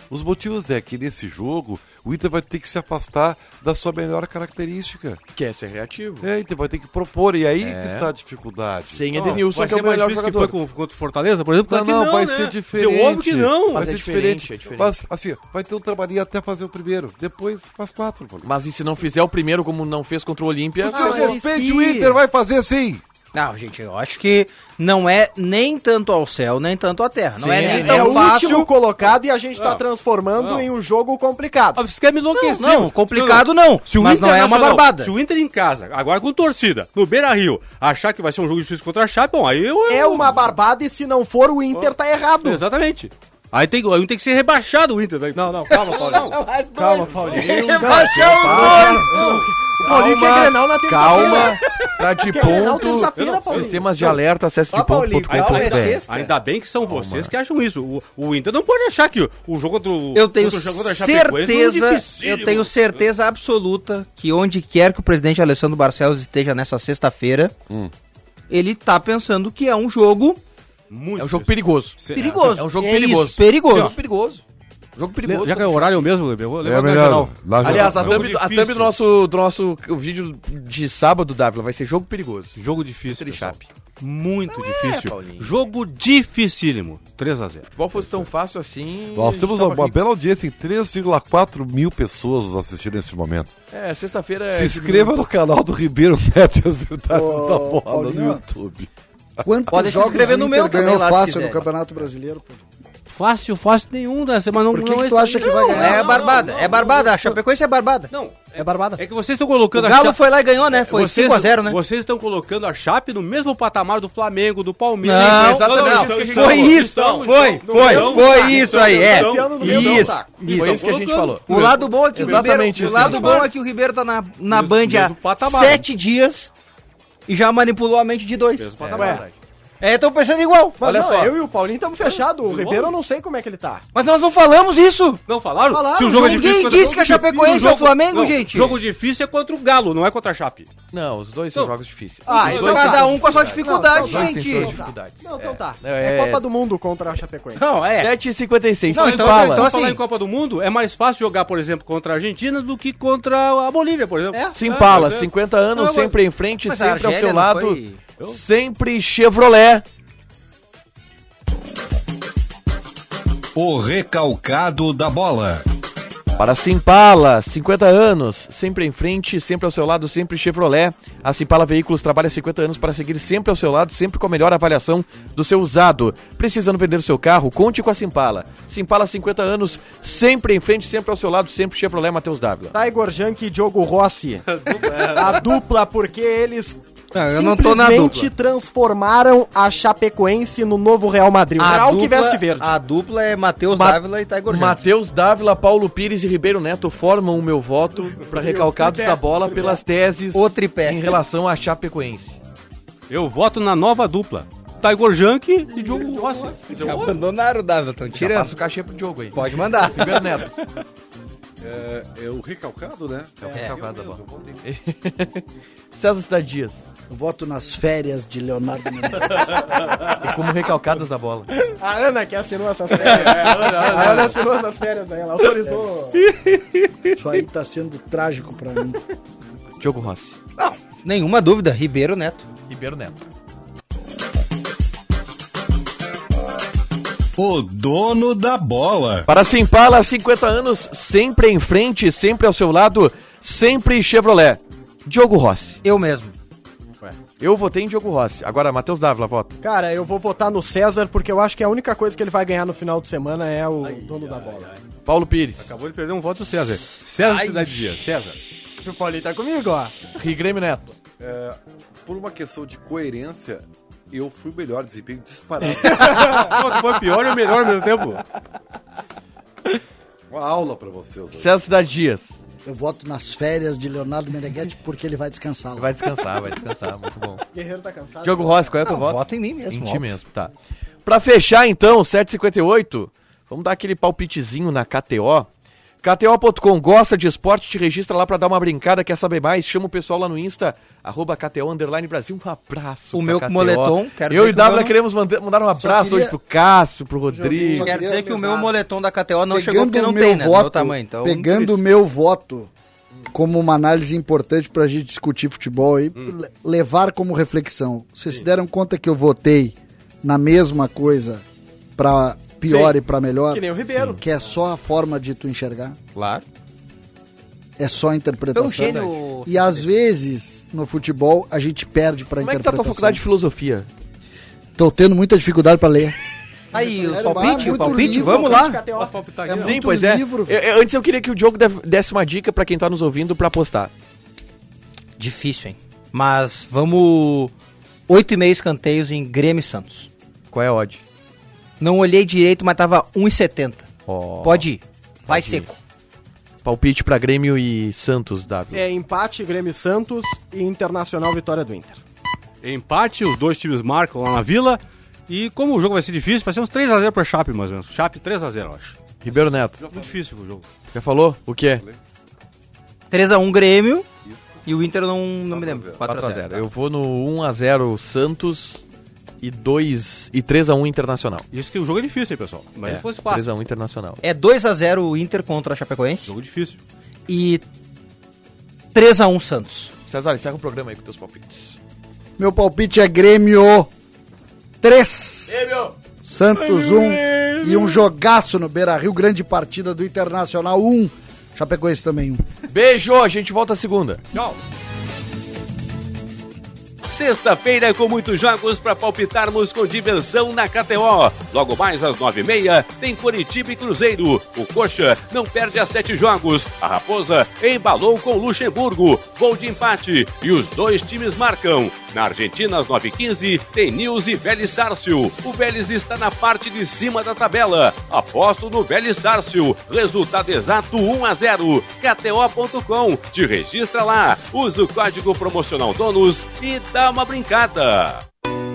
C: Os motivos é que nesse jogo o Inter vai ter que se afastar da sua melhor característica.
B: Que é ser reativo.
C: É, o Inter vai ter que propor, e aí
B: É.
C: que está a dificuldade.
B: Sem
G: Não,
B: Edenilson,
G: vai
B: que é
G: ser
B: o
G: mais
B: melhor
G: difícil
B: jogador.
G: que foi com, contra o Fortaleza, por exemplo? Claro
C: Não,
G: que
C: não, vai
G: né?
C: ser diferente.
G: Você ouve que não.
C: Vai
B: Mas é
C: ser
B: diferente,
C: diferente.
B: é diferente.
C: Faz- assim, vai ter um trabalhinho até fazer o primeiro, depois faz quatro. Pô.
B: Mas e se não fizer o primeiro, como não fez contra o Olímpia?
C: Você
F: mas
C: respeite
F: e
C: o
F: se-
C: Inter, vai fazer sim.
E: Não, gente, eu acho que não é nem tanto ao céu, nem tanto à terra. Não
B: Sim,
E: é nem
B: é
E: tão
F: É o
E: fácil.
F: último colocado e a gente tá
G: Não.
F: transformando
G: Não.
F: em um jogo complicado.
G: Ah, Você quer me enlouquecer.
E: Não, não, complicado não.
G: Se o
E: Mas não é uma
G: Internacional-
E: barbada.
G: Se o Inter em casa, agora com torcida, no Beira Rio, achar que vai ser um jogo difícil contra a Chape, bom, aí eu.
F: É uma barbada e se não for, o Inter tá errado.
G: Exatamente. Aí tem, aí tem que ser rebaixado o Inter. né? Daí.
F: Não, não, calma, Paulinho. calma, Paulinho.
G: Rebaixar os dois!
F: Paulinho que é Grenal na terça-feira.
B: Calma, tá
F: Quer
B: de
F: Grenal
B: ponto.
F: terça-feira, Paulinho.
B: Sistemas de alerta, acesse de
E: Ó, Paulinho, calma, é
B: ponto.com.br.
E: sexta.
G: Ainda bem que são vocês que acham isso. O, o Inter não pode achar que o, o jogo do.
E: Eu tenho
G: contra o jogo contra a Chapecoense foi
E: certeza,
G: dificílimo.
E: eu tenho certeza absoluta que onde quer que o presidente Alessandro Barcelos esteja nessa sexta-feira, ele tá pensando que é um jogo
G: Muito
B: É um jogo perigoso.
G: Se-
E: perigoso.
B: É um jogo
E: É
B: perigoso.
E: isso, perigoso.
B: Jogo perigoso. Jogo perigoso.
G: Já que é o horário mesmo, eu vou
C: É
G: levar na
C: melhor.
G: geral.
C: Lá tá.
B: Aliás, a
G: Jogo
B: thumb, do- a
G: difícil.
B: thumb do nosso, do nosso vídeo de sábado, Dávila, vai ser jogo perigoso.
G: Jogo difícil,
B: Entre
G: pessoal.
B: Chape. é,
G: Muito
E: É,
G: difícil.
B: Paulinho.
G: jogo dificílimo. 3x0.
B: futebol fosse tão fácil assim.
C: Nós temos
B: tava
C: uma, uma
B: aqui.
C: bela audiência em 3,4 mil pessoas nos assistindo nesse momento.
B: É, sexta-feira. é-
C: Se inscreva no canal do Ribeiro Neto e as verdades
D: Ô,
C: da bola
D: Paulinho.
C: no YouTube.
D: Quantos
E: Pode se
D: jogos
E: inscrever
D: o
E: no
D: Inter
E: meu também
D: ganhou
E: lá, se
D: fácil
E: quiser.
D: no Campeonato Brasileiro? pô?
G: Fácil, fácil nenhum da semana. Não,
D: Por que
G: não
D: que
G: é
D: tu
G: isso
D: acha
G: aí.
D: que vai
G: Não,
D: ganhar?
E: É
G: não,
E: barbada,
G: não,
E: é
G: não.
E: barbada. A Chapecoense é barbada.
G: Não,
E: É barbada.
G: é que vocês estão colocando
E: O
G: a
E: Galo
G: Chape-
E: foi lá e ganhou, né? Foi
G: vocês-
E: 5x0, né?
G: Vocês estão colocando a Chape no mesmo patamar do Flamengo, do Palmeiras.
E: Não,
B: não,
G: isso que a gente
E: foi
G: falou.
E: isso,
G: Estão,
E: foi,
G: estão,
E: foi,
G: estão,
E: foi
G: estão,
E: isso
G: estão,
E: aí, é.
G: estão,
F: Enfiando no
G: estão,
F: meio do
G: estão.
F: saco.
B: Foi isso que a gente
G: colocando.
B: falou.
E: O lado bom é que o
B: Exatamente
E: Ribeiro, o
B: isso,
E: lado
B: né?
E: bom é que o Ribeiro tá na, na
G: Mesmo-
E: Band
G: mesmo
E: há
G: patamar.
E: sete dias e já manipulou a mente de dois.
G: Mesmo
B: É,
G: patamar.
B: verdade.
E: É, estão pensando igual.
F: Mas
B: Olha
F: não,
B: só.
F: eu e o Paulinho estamos fechados. O Ribeiro eu não sei como é que ele tá.
E: Mas nós não falamos isso.
G: Não falaram?
F: Falaram,
E: ninguém
G: é contra-
E: disse que a Chapecoense
G: O jogo-
E: é o Flamengo,
G: não,
E: gente.
G: Jogo difícil é contra o Galo, não é contra a Chape.
B: Não, os dois são
G: Não.
B: jogos difíceis.
F: Ah,
B: os
F: então
B: dois
E: cada
F: tá.
E: um com a sua
F: não,
E: dificuldade,
F: não,
B: tem
E: gente.
B: suas
F: Não, tá.
B: dificuldades.
F: Não, então tá.
B: Não,
F: É,
B: é-
F: Copa do Mundo contra a Chapecoense.
E: Não, é.
B: É. 7h56,
E: Não,
B: sem
E: então-
B: bala.
E: então-
G: Pra falar
E: assim-
G: em Copa do Mundo, é mais fácil jogar, por exemplo, contra a Argentina do que contra a Bolívia, por exemplo.
F: É?
B: Se
G: Ah,
B: impala,
G: mas é-
B: 50 anos,
G: Não, mas-
B: sempre em frente,
E: Mas a
B: sempre ao
E: Argélia
B: seu
E: não
B: lado,
E: foi-
B: sempre Chevrolet.
A: O recalcado da bola.
B: Para Simpala, 50 anos, sempre em frente, sempre ao seu lado, sempre Chevrolet. A Simpala Veículos trabalha 50 anos para seguir sempre ao seu lado, sempre com a melhor avaliação do seu usado. Precisando vender o seu carro? Conte com a Simpala. Simpala, 50 anos, sempre em frente, sempre ao seu lado, sempre Chevrolet Matheus Dávila.
F: Tiger Junk e Diogo Rossi. a dupla, porque eles
E: Não, eu não tô na
F: simplesmente
E: dupla.
F: transformaram a Chapecoense no novo Real Madrid. O Real que veste verde.
E: a dupla é Matheus
B: Ma-
E: Dávila e Tiger Junk.
B: Matheus Dávila, Paulo Pires e Ribeiro Neto formam o meu voto para recalcados
F: tripé,
B: da bola
F: tripé.
B: pelas teses
E: O tripé.
B: em relação à Chapecoense.
G: Eu voto na nova dupla. Tiger Junk e Diogo Rossi.
E: Já Abandonaram o Dávila, estão
B: Já
E: tirando.
B: passa o cachê pro jogo aí.
E: Pode mandar.
B: Ribeiro Neto.
C: É, o recalcado, né? É o
B: recalcado, mesmo, (laughs) César Cidade Dias.
D: Eu voto nas férias de Leonardo Menezes.
B: E como recalcadas da bola.
F: A Ana que assinou essas
E: É,
F: férias. a Ana assinou essas férias aí, ela autorizou.
D: Isso aí tá sendo trágico pra mim.
B: Diogo Rossi.
E: Não, nenhuma dúvida. Ribeiro Neto.
B: Ribeiro Neto.
A: O dono da bola.
B: Para Simpala, 50 anos, sempre em frente, sempre ao seu lado, sempre Chevrolet. Diogo Rossi.
E: Eu mesmo.
B: Eu votei em Diogo Rossi. Agora, Matheus Dávila, vota.
F: Cara, eu vou votar no César porque eu acho que a única coisa que ele vai ganhar no final de semana é o dono da bola.
B: Paulo Pires.
G: Acabou de perder um voto do César. César Cidade Dias, (laughs) César.
F: O Paulinho tá comigo, ó.
B: Rigrêmio Neto.
C: Por uma questão de coerência, eu fui o melhor desempenho disparado.
G: Pô, tu foi pior e o melhor ao mesmo tempo.
C: uma aula pra vocês. hoje.
B: César Cidade Dias.
D: Eu voto nas férias de Leonardo Meneghetti porque ele vai descansar lá.
B: Vai descansar, vai descansar. Muito bom.
F: (laughs) Guerreiro tá cansado.
B: Diogo Rossi, qual é o teu
E: Não,
B: voto?
E: voto em mim mesmo,
B: Em ti
E: óbvio.
B: mesmo, tá. Pra fechar, então, 7h58, vamos dar aquele palpitezinho na KTO. KTO.com, gosta de esporte, te registra lá pra dar uma brincada, quer saber mais? Chama o pessoal lá no Insta, arroba KTO Underline Brasil, um abraço.
E: O
B: pra
E: meu com moletom, quero
B: Eu
E: dizer que
B: e
E: o
B: Dávila
E: meu-
B: queremos manda- mandar um abraço
D: queria-
B: hoje pro Cássio, pro Rodrigo.
D: Só
E: Quero
D: queria
E: dizer que o meu
D: avisar.
E: moletom da KTO não chegou
D: Pegando
E: porque não
D: o meu
E: tem, né? do
D: voto-
E: Meu tamanho, então.
D: pegando o
E: triste.
D: meu voto como uma análise importante pra gente discutir futebol e
E: Hum.
D: le- levar como reflexão. Vocês se deram conta que eu votei na mesma coisa pra pior
F: Sim.
D: e pra melhor?
F: Que nem o Ribeiro.
D: Que é só a forma de tu enxergar,
E: Claro.
D: é só a interpretação.
E: É um gênio.
D: E às vezes, no futebol, a gente perde pra
B: Como é que tá a
D: interpretação.
B: tua faculdade de filosofia?
D: Tô tendo muita dificuldade pra ler.
E: Aí, o
D: Sério,
B: um
E: palpite,
D: muito
E: o palpite,
D: livro,
E: vamos
F: Palpite
E: lá.
F: KTO.
D: É
B: Sim,
D: muito
B: pois
D: livro.
B: é. Eu- eu- antes eu queria que o Diogo def- desse uma dica pra quem tá nos ouvindo pra apostar.
E: Difícil, hein? Mas vamos. 8,5 escanteios em Grêmio e Santos.
B: Qual é a odd?
E: um Não olhei direito, mas tava 1,70.
B: Ó.
E: Pode ir. Vai seco.
B: Palpite pra Grêmio e Santos, W.
F: É empate Grêmio e Santos e Internacional vitória do Inter.
G: Empate, os dois times marcam lá na Vila. E como o jogo vai ser difícil, vai ser uns 3x0 pra Chape, mais ou menos. Chape 3x0, eu acho. Tá
B: Ribeiro Neto,
G: Muito difícil o jogo.
B: já falou? O quê?
E: 3x1 Grêmio e o Inter não, não me lembro.
B: 4x0.
E: 4x0.
B: Eu vou no 1x0 Santos e 2 e 3x1 Internacional.
G: Isso que o jogo é difícil aí, pessoal. Mas
B: É,
G: se fosse fácil.
B: 3x1 Internacional.
E: É 2x0 o Inter contra a Chapecoense
G: Jogo difícil.
E: e 3x1 Santos.
B: César, encerra o programa aí com teus palpites.
D: Meu palpite é Grêmio 3. Grêmio! Santos 1 e um jogaço no Beira Rio, grande partida do Internacional 1. Chapecoense também 1.
B: Beijo, a gente volta segunda.
G: Tchau.
H: Sexta-feira com muitos jogos para palpitarmos com diversão na KTO. Logo mais às nove e meia tem Curitiba e Cruzeiro. O Coxa não perde a sete jogos. A Raposa embalou com Luxemburgo. Gol de empate e os dois times marcam. Na Argentina, às 9h15, tem News e Vélez Sárcio. O Vélez está na parte de cima da tabela. Aposto no Vélez Sárcio. Resultado exato 1 a 0. KTO.com. Te registra lá. Usa o código promocional DONUS e dá uma brincada.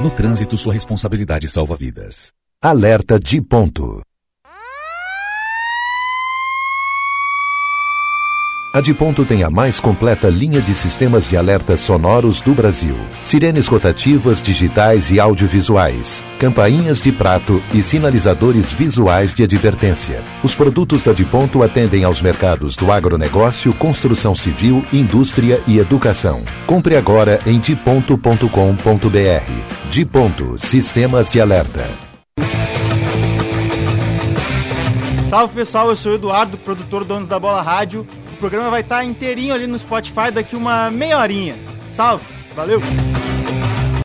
I: No trânsito, sua responsabilidade salva vidas.
J: Alerta de ponto. A de ponto tem a mais completa linha de sistemas de alertas sonoros do Brasil. Sirenes rotativas, digitais e audiovisuais, campainhas de prato e sinalizadores visuais de advertência. Os produtos da de ponto atendem aos mercados do agronegócio, construção civil, indústria e educação. Compre agora em diponto.com.br. De ponto, sistemas de alerta.
K: Salve pessoal, eu sou o Eduardo, produtor do Donos da Bola Rádio. O programa vai estar inteirinho ali no Spotify daqui uma meia horinha. Salve, valeu!